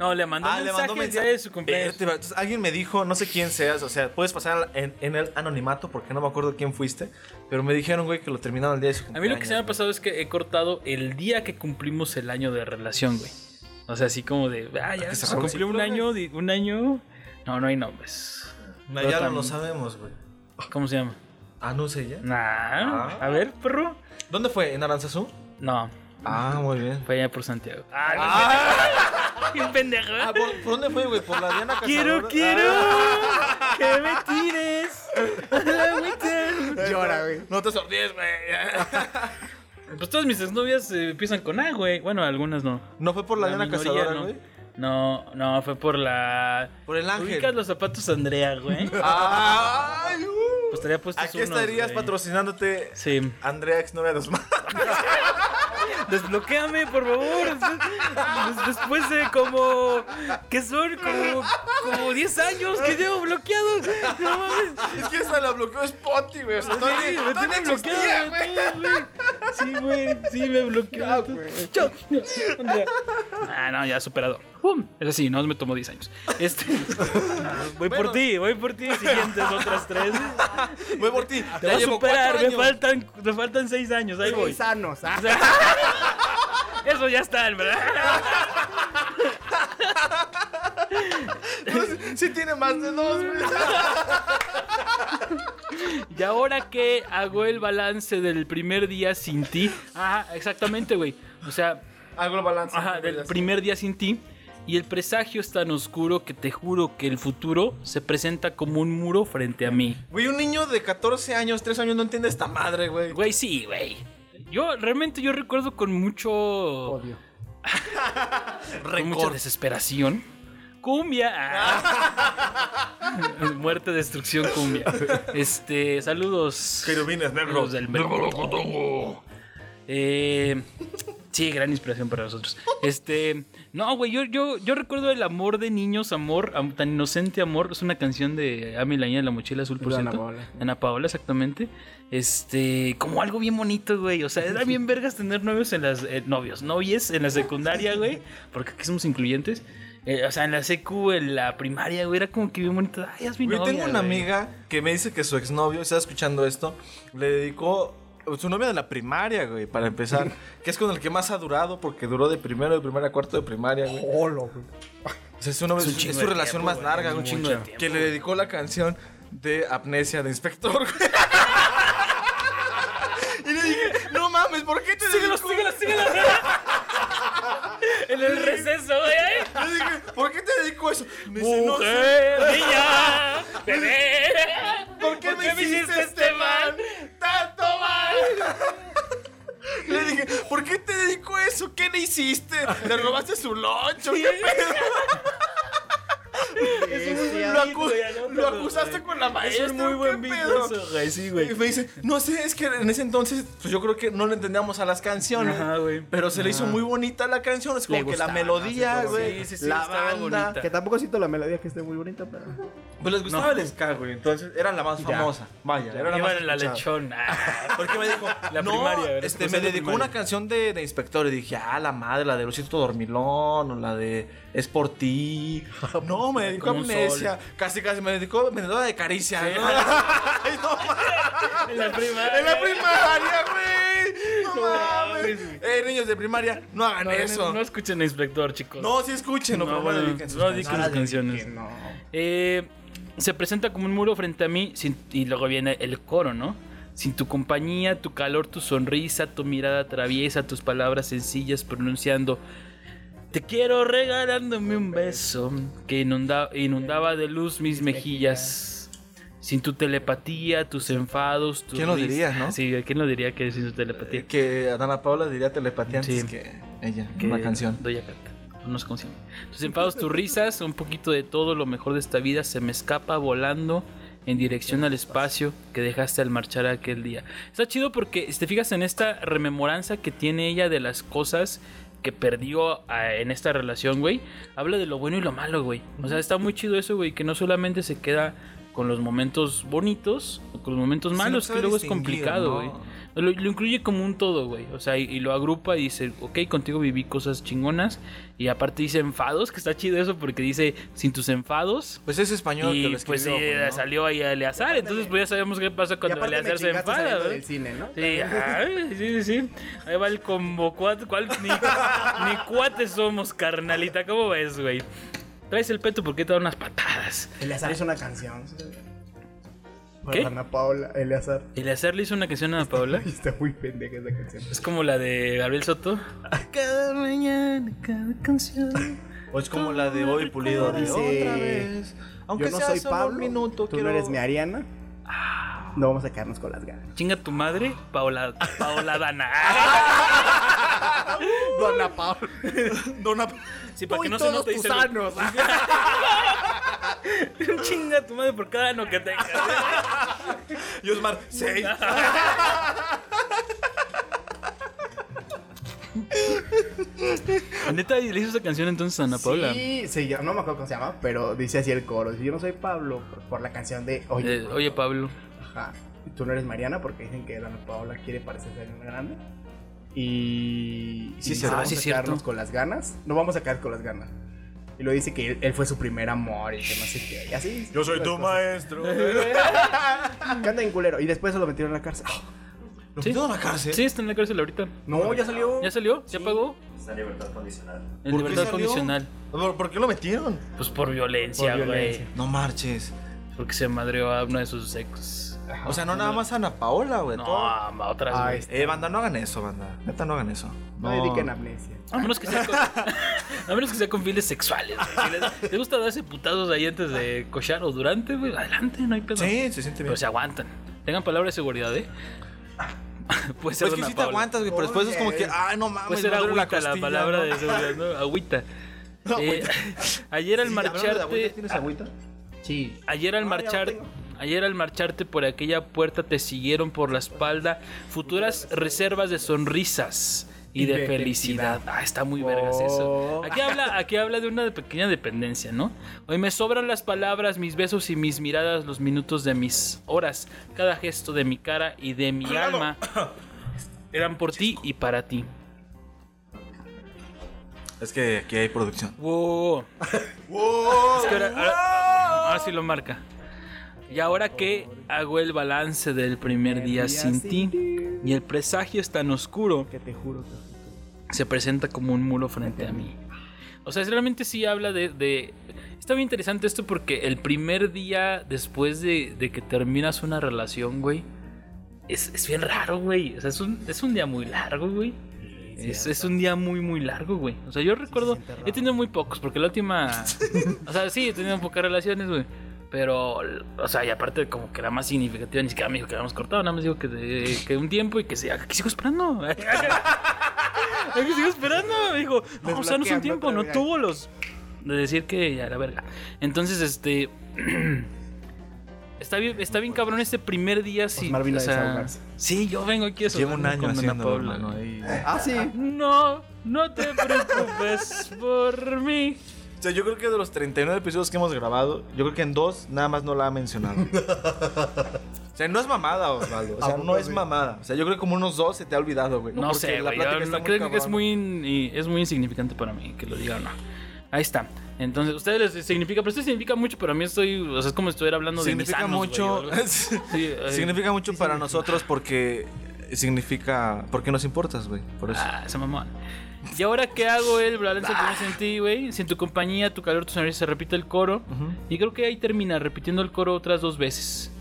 S2: No, le mandó un mensaje el día
S1: Ah, mensaje. Eh,
S2: de su cumpleaños.
S1: Vete, va. Entonces, alguien me dijo, no sé quién seas, o sea, puedes pasar en, en el anonimato porque no me acuerdo quién fuiste, pero me dijeron, güey, que lo terminaron el día de su
S2: A
S1: cumpleaños.
S2: mí lo que se me ha pasado es que he cortado el día que cumplimos el año de relación, güey. O sea, así como de, ah, ya
S1: que
S2: se
S1: cerrar un
S2: cumplió un
S1: ciclo,
S2: año, di- un año. No, no hay nombres.
S1: No,
S2: Pero
S1: ya no
S2: también-
S1: lo sabemos, güey.
S2: ¿Cómo se llama?
S1: Ah, no sé ya.
S2: Nah.
S1: Ah.
S2: A ver, perro.
S1: ¿Dónde fue? ¿En Aranzazú?
S2: No,
S1: Ah, muy bien.
S2: fue allá por Santiago. Ah, no, qué pendejo.
S1: Ah, ¿por, por dónde fue, güey? Por la Diana Cazadora.
S2: Quiero,
S1: Ah,
S2: quiero que me tires. a la mitad.
S3: Llora, güey.
S1: No te sonríes, güey.
S2: Pues todas mis exnovias eh, empiezan con A, güey. Bueno, algunas no.
S1: ¿No fue por la, Diana
S2: minoría,
S1: Cazadora,
S2: no.
S1: güey?
S2: No, no, fue por la.
S1: Por el ángel.
S2: Ubicas los zapatos de Andrea, güey.
S1: Ay, uh.
S2: Pues estaría puesto
S1: Aquí estarías patrocinándote,
S2: Sí.
S1: Andrea, exnovia de Osmar.
S2: Desbloquéame, por favor. Des- Después de como. ¿Qué son? Como, como 10 años que llevo bloqueado. No mames.
S1: es que esta la bloqueó Spotty, güey. O sea,
S2: Sí,
S1: todavía-
S2: me
S1: todavía
S2: tiene
S1: existía,
S2: bloqueado
S1: güey.
S2: de todo, güey. Sí, güey. Sí, me bloqueó. de todo. Chao. Andrea. Ah, no, ya superado. ¡Pum! Es así, no me tomó 10 años. Este. Voy
S1: Bueno.
S2: por ti, voy por ti. Siguientes otras tres.
S1: Voy por ti.
S2: Te
S1: Ya
S2: voy a
S1: llevo
S2: superar,
S1: cuatro
S2: me
S1: años.
S2: faltan, me faltan seis años, ahí voy.
S3: Sanos. ah.
S2: O sea, Eso ya está, ¿verdad?
S1: Sí tiene más de dos, güey.
S2: ¿Y ahora que hago el balance del primer día sin ti? Ajá, exactamente, güey. O sea,
S1: Hago el balance.
S2: ajá, del primer día sin ti. Y el presagio es tan oscuro que te juro que el futuro se presenta como un muro frente a mí.
S1: Güey, un niño de 14 años, 3 años no entiende esta madre, güey.
S2: Güey, sí, güey. Yo realmente yo recuerdo con mucho con mucha desesperación. Cumbia. Ah. Muerte, destrucción, cumbia. Este, saludos.
S1: Querubines negros.
S2: Los del Eh, sí, gran inspiración para nosotros. Este, no, güey, yo, yo, yo recuerdo el amor de niños, amor, am- tan inocente amor. Es una canción de Ami la niña de la mochila azul, por
S3: De Ana
S2: cierto.
S3: Paola.
S2: De Ana Paola, exactamente. Este, como algo bien bonito, güey. O sea, era bien vergas tener novios en las eh, novios, novies en la secundaria, güey, porque aquí somos incluyentes. Eh, o sea, en la secu, en la primaria, güey, era como que bien bonito. Ay, es mi
S1: Yo
S2: novia,
S1: tengo una
S2: güey.
S1: amiga que me dice que su exnovio, está escuchando esto, le dedicó pues, su novia de la primaria, güey, para empezar, que es con el que más ha durado porque duró de primero de primaria a cuarto de primaria, güey.
S3: Olo, güey.
S1: O sea, es, una- es
S2: chingo
S1: su
S2: de
S1: relación
S2: tiempo,
S1: más
S2: güey,
S1: larga,
S2: es un
S1: güey,
S2: chingo de tiempo,
S1: que le dedicó la canción de Amnesia de Inspector, güey. Y le dije, no mames, ¿por qué te
S2: Síguelo,
S1: dedicó?
S2: síguelo, síguelo. en el receso, güey.
S1: Le dije, ¿por qué te dedicó eso? Me dice, no sé.
S2: Mujer, niña, bebé.
S1: ¿Por qué, me, hiciste este mal? ¡Tanto mal! Le dije, ¿por qué te dedicó eso? ¿Qué le hiciste? ¿Le robaste su loncho? ¿Qué pedo? Lo, acu- lo acusaste con la maestra.
S2: Es un muy buen
S1: ¿qué
S2: beat
S1: pedo?
S2: eso, güey. Sí,
S1: Y
S2: güey.
S1: me dice, no sé, es que en ese entonces, pues yo creo que no le entendíamos a las canciones.
S2: Ajá, güey.
S1: Pero se le hizo muy bonita la canción. Es como
S8: Le
S1: que la
S8: gustaba,
S1: melodía,
S3: Ah,
S8: sí, como
S1: güey.
S2: sí, sí,
S1: la
S2: estaba
S1: banda.
S2: bonita.
S3: Que tampoco siento la melodía que esté muy bonita, pero.
S1: Pues les gustaba el ska, güey. Entonces era la más famosa. Vaya, era la
S2: Iba
S1: más
S2: en la
S1: escuchada.
S2: lechona.
S1: Porque me dijo,
S2: La
S1: no,
S2: primaria, ¿verdad?
S1: este,
S2: Pues
S1: me
S2: es la
S1: dedicó
S2: primaria.
S1: una canción de, de Inspector y dije, ah, la madre, la de Lucito Dormilón o la de Es por ti. No, me dedicó a
S2: Como un
S1: Amnesia. Casi, casi me dedicó vendedora de caricia. ¿no? Ay, no mames.
S2: En la primaria.
S1: En la primaria, güey. No,
S2: No
S1: mames.
S2: mames.
S1: Eh, niños de primaria, no hagan
S2: No,
S1: eso.
S2: No, no escuchen a inspector, chicos.
S1: No, sí escuchen, no, pero no
S2: bueno,
S1: dediquen sus
S2: no dediquen
S1: canciones.
S2: sus canciones. Eh, se presenta como un muro frente a mí sin- y luego viene el coro, ¿no? Sin tu compañía, tu calor, tu sonrisa, tu mirada traviesa, tus palabras sencillas pronunciando. Te quiero regalándome un beso que inunda- inundaba de luz mis mejillas. Sin tu telepatía, tus enfados, tus
S1: ¿Quién lo
S2: ris-
S1: diría, no?
S2: Sí, ¿quién lo diría que sin su telepatía?
S1: Que Adana Paula diría telepatía antes
S2: Sí.
S1: que ella,
S2: que
S1: una canción.
S2: Doña Cata. No sé cómo se llama. Tus enfados, tus risas, un poquito de todo lo mejor de esta vida se me escapa volando en dirección al espacio que dejaste al marchar aquel día. Está chido porque si te fijas en esta rememoranza que tiene ella de las cosas que perdió ah, en esta relación, güey, habla de lo bueno y lo malo, güey. O sea, está muy chido eso, güey, que no solamente se queda con los momentos bonitos o con los momentos
S1: Sí,
S2: malos,
S1: no sabe
S2: que luego es
S1: distinguir,
S2: complicado,
S1: ¿no?
S2: güey. Lo, lo incluye como un todo, güey. O sea, y, y lo agrupa y dice, ok, contigo viví cosas chingonas. Y aparte dice enfados, que está chido eso porque dice, sin tus enfados.
S1: Pues es español que
S2: Y
S1: lo
S2: pues sí,
S1: escribió, güey, ¿no?
S2: salió ahí a Eleazar. Entonces, pues ya sabemos qué pasa
S3: Y
S2: cuando
S3: aparte me
S2: Eleazar se
S3: chingaste
S2: enfada,
S3: saliendo
S2: güey.
S3: del cine, ¿no?
S2: Sí, ay, sí, sí, sí. Ahí va el combo. cuat- cual- ni, ni cuates somos, carnalita. ¿Cómo ves, güey? Traes el peto porque te da unas patadas.
S3: Eleazar hizo una canción.
S2: ¿Qué?
S3: Para Ana Paula, Eleazar.
S2: Eleazar le hizo una canción a Ana Paola.
S3: Está muy pendeja esa canción.
S2: Es como la de Gabriel Soto. Cada mañana, cada canción.
S1: O es como la de hoy pulido de
S3: Dice,
S1: otra vez. Aunque
S3: Yo no
S1: sea
S3: soy
S1: solo
S3: Pablo.
S1: un minuto,
S3: tú
S1: quiero-
S3: no eres mi Ariana. No vamos a quedarnos con las ganas.
S2: Chinga tu madre, Paola, Paola Dana.
S8: Dona Paula.
S1: Dona-
S2: Sí, para que no se note. dice-
S8: gusanos.
S2: Chinga tu madre por cada no que tengas.
S1: Y Osmar, seis.
S2: Neta, y le hizo esa canción entonces a Ana Paola. Eh,
S3: Sí, sí, yo no me acuerdo cómo se llama, pero dice así el coro. dice, Yo no soy Pablo por, por la canción de Oye.
S2: Eh, oye, Pablo.
S3: Ajá. Y Tú no eres Mariana porque dicen que Dana Paola quiere parecerse a Ariana Grande. Y.
S1: Sí,
S3: y
S1: sí,
S3: no
S1: ah,
S3: vamos
S2: sí,
S3: a
S2: cierto.
S3: quedarnos con las ganas. No vamos a quedar con las ganas. Y lo dice que él, él fue su primer amor y que no sé qué. Y así. las cosas.
S1: maestro.
S3: Canta en culero. Y después se lo metieron a la cárcel. Ah,
S1: ¿Lo metieron a la cárcel?
S2: Sí, está en la cárcel ahorita.
S3: no, ya salió.
S2: ¿Ya salió? ¿Ya pagó? Está
S1: ¿Por
S2: en
S1: qué
S2: libertad
S1: salió?
S2: condicional. En libertad condicional.
S1: ¿Por, por qué lo metieron?
S2: Pues por violencia,
S3: Por
S2: güey.
S3: violencia.
S1: No marches.
S2: Porque se madreó a uno de sus ex.
S9: Ajá.
S1: O sea, no nada más Ana Paola, güey.
S2: No,
S1: todo-
S2: ma, otras,
S3: Ah,
S2: güey.
S3: este,
S1: Eh, banda, no hagan eso, banda. Neta, no hagan eso.
S3: no dediquen amnesia.
S2: A menos que sea con, a menos que sea con fines sexuales. güey. Si les, les gusta darse putazos ahí antes de cochar o durante, güey, adelante, no hay pedo.
S1: Sí, se siente bien.
S2: Pero se aguantan. Tengan palabras de seguridad, ¿eh? Puede ser
S1: Pues que
S2: una
S1: sí te
S2: Paola.
S1: aguantas, güey, pero después es como que, ay, no mames,
S2: Puede ser
S1: me duele la
S2: agüita la,
S1: costilla,
S2: palabra
S1: ¿no?
S2: de seguridad, ¿no? Agüita.
S1: No,
S2: Eh, ayer al
S1: Sí, hablando de agüita,
S2: marcharte.
S1: ¿Tienes agüita?
S7: Sí.
S2: Ayer al marchar, ayer al marcharte por aquella puerta te siguieron por la espalda futuras reservas de sonrisas y, de, felicidad. Ah, está muy vergas eso. Aquí habla, aquí habla de una pequeña dependencia, ¿no? Hoy me sobran las palabras, mis besos y mis miradas, los minutos de mis horas, cada gesto de mi cara y de mi alma eran por ti y para ti.
S1: Es que aquí hay producción.
S2: Wow. Es que ahora, ahora- ahora sí lo marca. Y ahora que hago el balance del primer día sin ti y el presagio es tan oscuro
S3: Que te juro. que-
S2: se presenta como un muro frente a mí. O sea, es- realmente sí habla de, de- Está bien interesante esto porque el primer día después de, de que terminas una relación, güey, es, es bien raro, güey. O sea, es un, es un día muy largo, güey. Es, es un día muy, muy largo, güey. O sea, yo recuerdo... he tenido muy pocos porque la última... o sea, sí, he tenido pocas relaciones, güey. Pero, o sea, y aparte como que la más significativa, ni siquiera me dijo que habíamos cortado, nada más dijo que, de- que un tiempo y que, se, que sigo esperando. Hay que sigo esperando. Me dijo, no, o sea, no es un
S3: Desbloqueando
S2: tiempo,
S3: otra
S2: no
S3: vez.
S2: tuvo los. De decir que ya la verga. Entonces, este. Está bien, está bien cabrón este primer día. Sí,
S3: Osmar vino a desahogarse.
S2: sí, yo vengo aquí a
S1: Llevo un
S2: desahogarme
S1: año
S2: con Ana
S1: haciendo
S2: Paula.
S1: hermano, y-
S3: Ah, sí.
S2: No, no te preocupes por mí.
S1: O sea, yo creo que de los 39 episodios que hemos grabado, yo creo que en dos nada más no la ha mencionado. O sea, no es mamada, Osvaldo. O sea, no es mamada. O sea, yo creo que como unos dos se te ha olvidado, güey.
S2: No,
S1: Porque
S2: sé, güey.
S1: plática
S2: yo
S1: está
S2: no-
S1: muy
S2: creo que es
S1: cabrón.
S2: muy, in- y es muy insignificante para mí que lo diga o no. Ahí está. Entonces, ustedes les significa, pero esto significa mucho para mí. Estoy, o sea, es como si estuviera hablando
S1: Significa
S2: de mis anos, güey, o
S1: mucho.
S2: algo así.
S1: Sí,
S2: Sí, eh,
S1: significa mucho para nosotros porque significa. Porque nos importas, güey. Por eso.
S2: Ah, ese mamón. Y ahora que hago el balance
S1: Ah.
S2: que tienes en ti, güey, sin tu compañía, tu calor, tu sonrisa, se repite el coro. Y creo que ahí termina repitiendo el coro otras dos veces.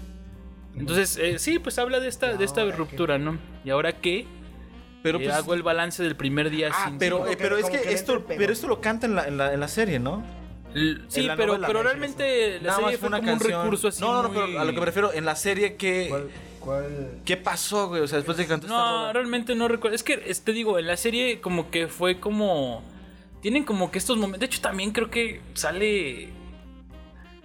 S2: Entonces, eh, sí, pues habla de esta, de esta ruptura, ¿no? Y ahora que
S1: Pero pues,
S2: eh, hago el balance del primer día
S1: Ah,
S2: sin
S1: pero,
S2: ti.
S1: eh, pero es
S3: como
S1: que,
S3: que le entra
S1: esto,
S3: el pedo.
S1: pero esto lo canta en la, en la, en la serie, ¿no?
S2: L- Sí,
S1: la
S2: pero,
S1: novela,
S2: pero
S1: de hecho,
S2: realmente la
S1: Nada
S2: serie
S1: más
S2: fue como un recurso así.
S1: No, no, no,
S2: muy-
S1: pero a lo que me refiero, en la serie, ¿qué,
S3: ¿Cuál? cuál-
S1: qué pasó, güey? O sea, después de que cantó esta
S2: No,
S1: rola.
S2: realmente no recuerdo. Es que, es- te digo, en la serie como que fue como... Tienen como que estos momentos... De hecho, también creo que sale...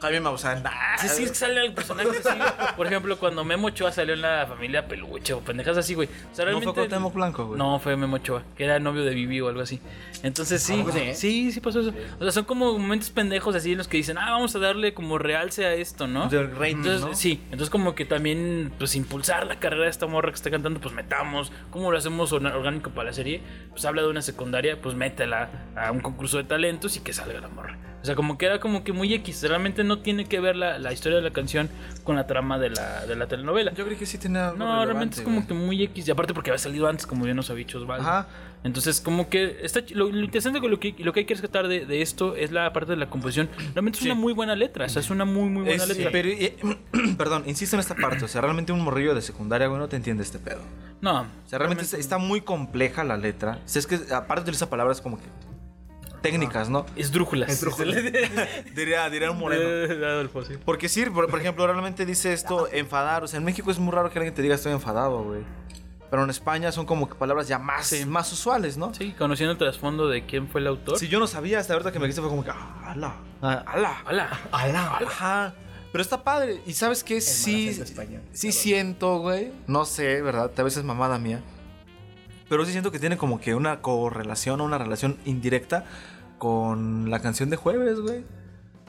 S1: Jaime Maussan. Ah,
S2: Sí, sí, es que sale el personaje así. güey. Por ejemplo, cuando Memo Ochoa salió en la familia Peluche o pendejas así, güey. O sea,
S1: No fue
S2: realmente.
S1: Cuauhtémoc Blanco, güey.
S2: No, fue Memo Ochoa, que era novio de Vivi o algo así.
S1: Ah,
S2: Entonces sí, sí, sí pasó eso. O sea, son como momentos pendejos así en los que dicen, ah, vamos a darle como realce a esto, ¿no?
S1: Del rating,
S2: Entonces,
S1: ¿no?
S2: Sí, entonces como que también, pues impulsar la carrera de esta morra que está cantando, pues metamos, ¿cómo lo hacemos orna- orgánico para la serie? Pues habla de una secundaria, pues métela a un concurso de talentos y que salga la morra. O sea, como que era como que muy X, realmente no tiene que ver la, la historia de la canción con la trama de la, de la telenovela.
S1: Yo creí que sí tenía algo
S2: No, realmente es como
S1: relevante,
S2: que muy X. Y aparte porque había salido antes, como bien nos había dicho
S1: güey.
S2: Osvaldo.
S1: Ajá.
S2: Entonces, como que está, ch- lo, lo interesante con lo que, lo que hay que rescatar de, de esto es la parte de la composición. Realmente es una muy buena letra. O sea, es una muy, muy buena
S1: Es-
S2: letra.
S1: pero, eh, perdón, insisto en esta parte. O sea, realmente un morrillo de secundaria, güey, no te entiende este pedo.
S2: No.
S1: O sea, realmente está- está muy compleja la letra. O sea, es que aparte utiliza palabras como que técnicas, ¿no?
S2: Es drújulas.
S1: Diría, diría un
S2: Eh, Adolfo, sí.
S1: Porque sí, por, por ejemplo, realmente dice esto, enfadar. O sea, en México es muy raro que alguien te diga estoy enfadado, güey. Pero en España son como que palabras ya más, más usuales, ¿no?
S2: Sí, conociendo el trasfondo de quién fue el autor.
S1: Si yo no sabía, hasta ahorita que me dijiste fue como que, ah, ala, ah, ala,
S2: Hola.
S3: Alá.
S1: Ajá. Pero está padre. Y sabes qué? sí,
S3: acento español.
S1: sí siento, güey. No sé, ¿verdad? Tal vez es mamada mía. Pero sí siento que tiene como que una correlación o una relación indirecta con la canción de jueves, güey.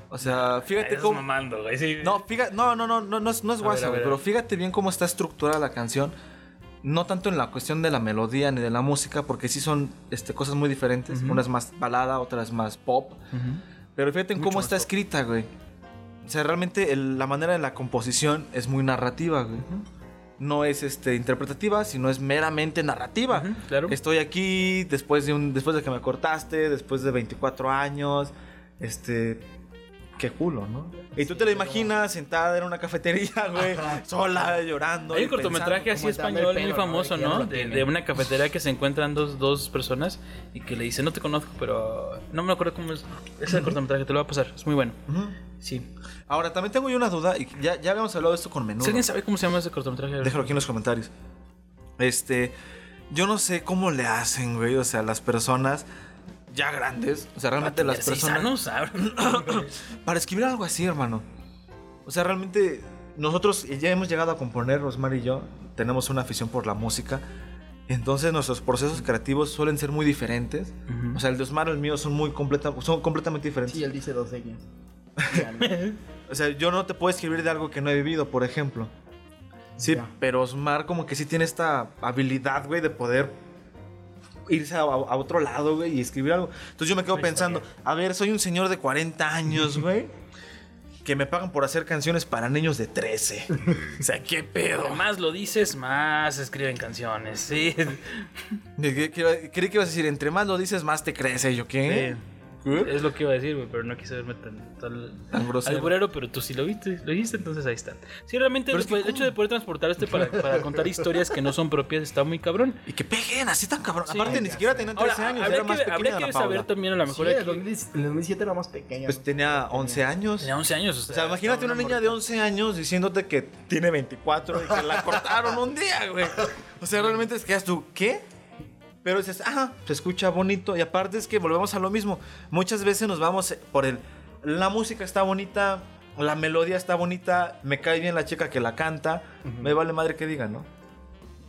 S1: O sea, fíjate cómo...
S2: mamando, güey. Sí.
S1: No, fíjate, no, no, no, no, no es, no es
S2: A ver,
S1: guasa,
S2: a ver,
S1: güey,
S2: a
S1: pero
S2: ver.
S1: fíjate bien cómo está estructurada la canción. No tanto en la cuestión de la melodía ni de la música, porque sí son este, cosas muy diferentes. Una es más balada, otra es más pop. Pero fíjate en cómo está escrita, güey. O sea, realmente el- la manera de la composición es muy narrativa, güey. No es este, interpretativa, sino es meramente narrativa.
S2: Ujú, claro.
S1: Estoy aquí después de, un, después de que me cortaste, después de 24 años. Este, qué culo, ¿no? Y tú te la imaginas sentada en una cafetería, güey, sola, llorando.
S2: Hay
S1: y
S2: un cortometraje así
S7: Aumentando el
S2: español muy
S7: pelo,
S2: famoso,
S7: ¿no? Ya
S2: ¿no?
S7: lo
S2: De,
S7: tiene.
S2: de una cafetería que se encuentran dos, dos personas y que le dicen, no te conozco, pero no me acuerdo cómo es. Es el cortometraje, te lo voy a pasar, es muy bueno.
S1: pensando. Ujú.
S2: Sí.
S1: Ahora, también tengo yo una duda, y ya, ya habíamos hablado de esto con menudo.
S2: Si alguien sabe cómo se llama ese cortometraje,
S1: Déjalo aquí en los comentarios. Este, yo no sé cómo le hacen, güey, o sea, las personas ya grandes, o sea, realmente las personas
S2: No saben.
S1: para escribir algo así, hermano. O sea, realmente nosotros ya hemos llegado a componer, Rosmar y yo, tenemos una afición por la música. Entonces nuestros procesos creativos suelen ser muy diferentes.
S2: Ujú.
S1: O sea, el de Osmar y el mío son, muy completa, son completamente diferentes.
S7: Sí, él dice dos señas.
S1: O sea, yo no te puedo escribir de algo que no he vivido, por ejemplo. Sí, pero Osmar como que sí tiene esta habilidad, güey, de poder irse a, a otro lado, güey, y escribir algo. Entonces yo me quedo pensando, a ver, soy un señor de 40 años, güey, que me pagan por hacer canciones para niños de 13. O sea, qué pedo.
S2: Más lo dices, más escriben canciones. Sí.
S1: Creí que ibas a decir, entre más lo dices, más te crece. Yo, ¿qué? ¿Qué?
S2: Eh, Es lo que iba a decir, güey, pero no quise verme tan, tan,
S1: ¿Eh? Tan grosero.
S2: alburero, pero tú sí lo viste, lo dijiste, entonces ahí está. Sí, realmente
S1: Pero
S2: el,
S1: es que
S2: el hecho de poder transportar este para, para contar historias que no son propias está muy cabrón.
S1: Y que peguen así tan cabrón.
S2: Sí.
S1: Aparte, ni siquiera tenían
S2: Ahora,
S1: 13 años,
S2: habría
S1: era más
S2: que,
S1: pequeña
S2: habría
S1: Ana
S2: que
S1: Paula.
S2: saber también a lo mejor
S7: Sí,
S2: aquí.
S7: el 2010 el 2007 era más pequeña.
S1: Pues
S7: ¿no?
S1: tenía 11 años.
S2: Tenía 11 años, o
S1: O
S2: sea,
S1: sea, imagínate una niña de 11 años diciéndote que tiene 24 y que la cortaron un día, güey. O sea, realmente es que haces tú, ¿qué? Pero dices, ah, se escucha bonito. Y aparte es que volvemos a lo mismo. Muchas veces nos vamos por el. La música está bonita, la melodía está bonita, me cae bien la chica que la canta. Me vale madre que diga, ¿no?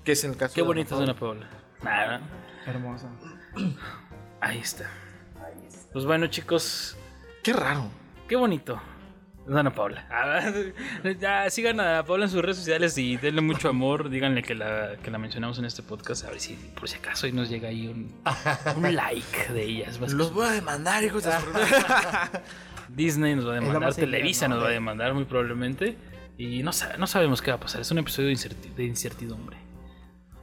S1: Que es el caso.
S2: qué
S1: de Ana
S2: bonita es
S1: Paula.
S2: una Paula. Nada.
S3: Hermosa.
S2: Ahí está. Pues bueno, chicos,
S1: Qué raro.
S2: qué bonito. Dana Paula. Ah, ya, sigan a Ana Paula en sus redes sociales y denle mucho amor. Díganle que la, que la mencionamos en este podcast. A ver si por si acaso y nos llega ahí un, un like de ellas. Vas-
S1: Los voy a demandar, hijos de su-
S2: Disney nos va a
S7: la
S2: demandar,
S7: más seguida,
S2: Televisa
S7: ¿no?
S2: nos va a demandar muy probablemente. Y no, sa- no sabemos qué va a pasar. Es un episodio de incerti- de incertidumbre.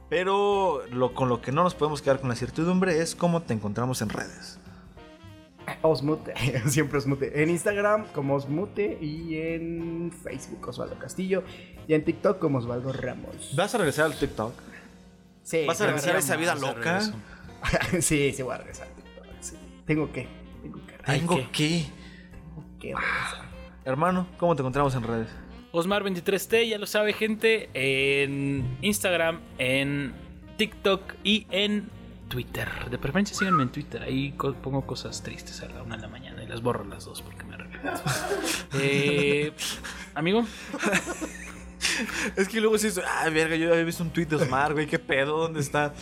S1: Pero lo, con lo que no nos podemos quedar con la certidumbre es cómo te encontramos en redes.
S3: Osmute. Siempre Osmute. En Instagram como Osmute y en Facebook Osvaldo Castillo. Y en TikTok como Osvaldo Ramos.
S1: ¿Vas a regresar al TikTok?
S3: Sí,
S1: ¿Vas a
S3: sí,
S1: regresar a
S3: Ramos.
S1: esa vida
S2: Vamos a
S1: loca?
S2: regreso.
S3: sí, sí, voy a regresar al TikTok. sí. Tengo que. Tengo que.
S2: Ay,
S1: Tengo
S2: ¿qué?
S1: que.
S3: que regresar.
S1: Hermano, ¿cómo te encontramos en redes?
S2: Osmar23T, ya lo sabe, gente. En Instagram, en TikTok y en Twitter. De preferencia, síganme en Twitter. Ahí co- pongo cosas tristes a la una de la mañana y las borro a las dos porque me arrepiento. Eh, amigo,
S1: Es que luego sí, ah, verga, yo había visto un tweet de Osmar, güey, qué pedo, ¿dónde está?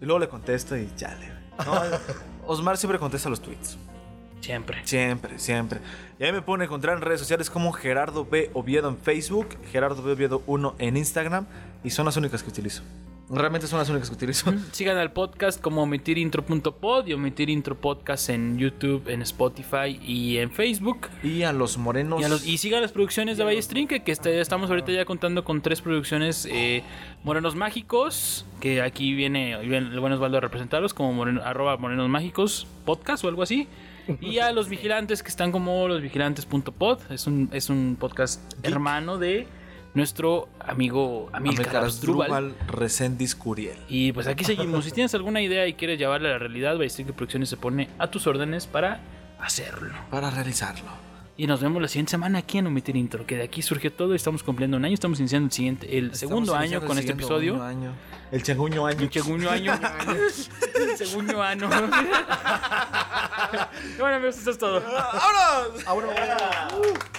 S1: Y luego le contesto y chale. güey. No, Osmar siempre contesta los tweets.
S2: siempre.
S1: Siempre, siempre. Y ahí me pueden encontrar en redes sociales como Gerardo B. Oviedo en Facebook, Gerardo B. Oviedo 1 en Instagram. Y son las únicas que utilizo. Realmente son las únicas que utilizo.
S2: Sigan al podcast como omitirintro.pod y omitirintropodcast en YouTube, en Spotify y en Facebook.
S1: Y a los morenos.
S2: Y, a los- y sigan las producciones de Valle String, que, que está- estamos ahorita ya contando con tres producciones eh, Morenos Mágicos, que aquí viene, viene el buen Osvaldo a representarlos, como moreno- arroba Morenos Mágicos podcast o algo así. Y a los vigilantes, que están como losvigilantes.pod, es un, es un podcast hermano de nuestro amigo Amilcar Asdrúbal.
S1: Amilcar Reséndiz Curiel.
S2: Y pues aquí seguimos. Si tienes alguna idea y quieres llevarla a la realidad, Baystreet Producciones se pone a tus órdenes para hacerlo.
S1: Para realizarlo.
S2: Y nos vemos la siguiente semana aquí en Omitir Intro, que de aquí surgió todo. Estamos cumpliendo un año, estamos iniciando el, siguiente, el segundo
S1: Estamos
S2: año
S1: iniciando
S2: con
S1: el
S2: este
S1: segundo
S2: episodio.
S1: año. El segundo año.
S2: El segundo año. el segundo año. bueno amigos, esto es todo.
S1: ¡Vámonos!
S3: Ahora.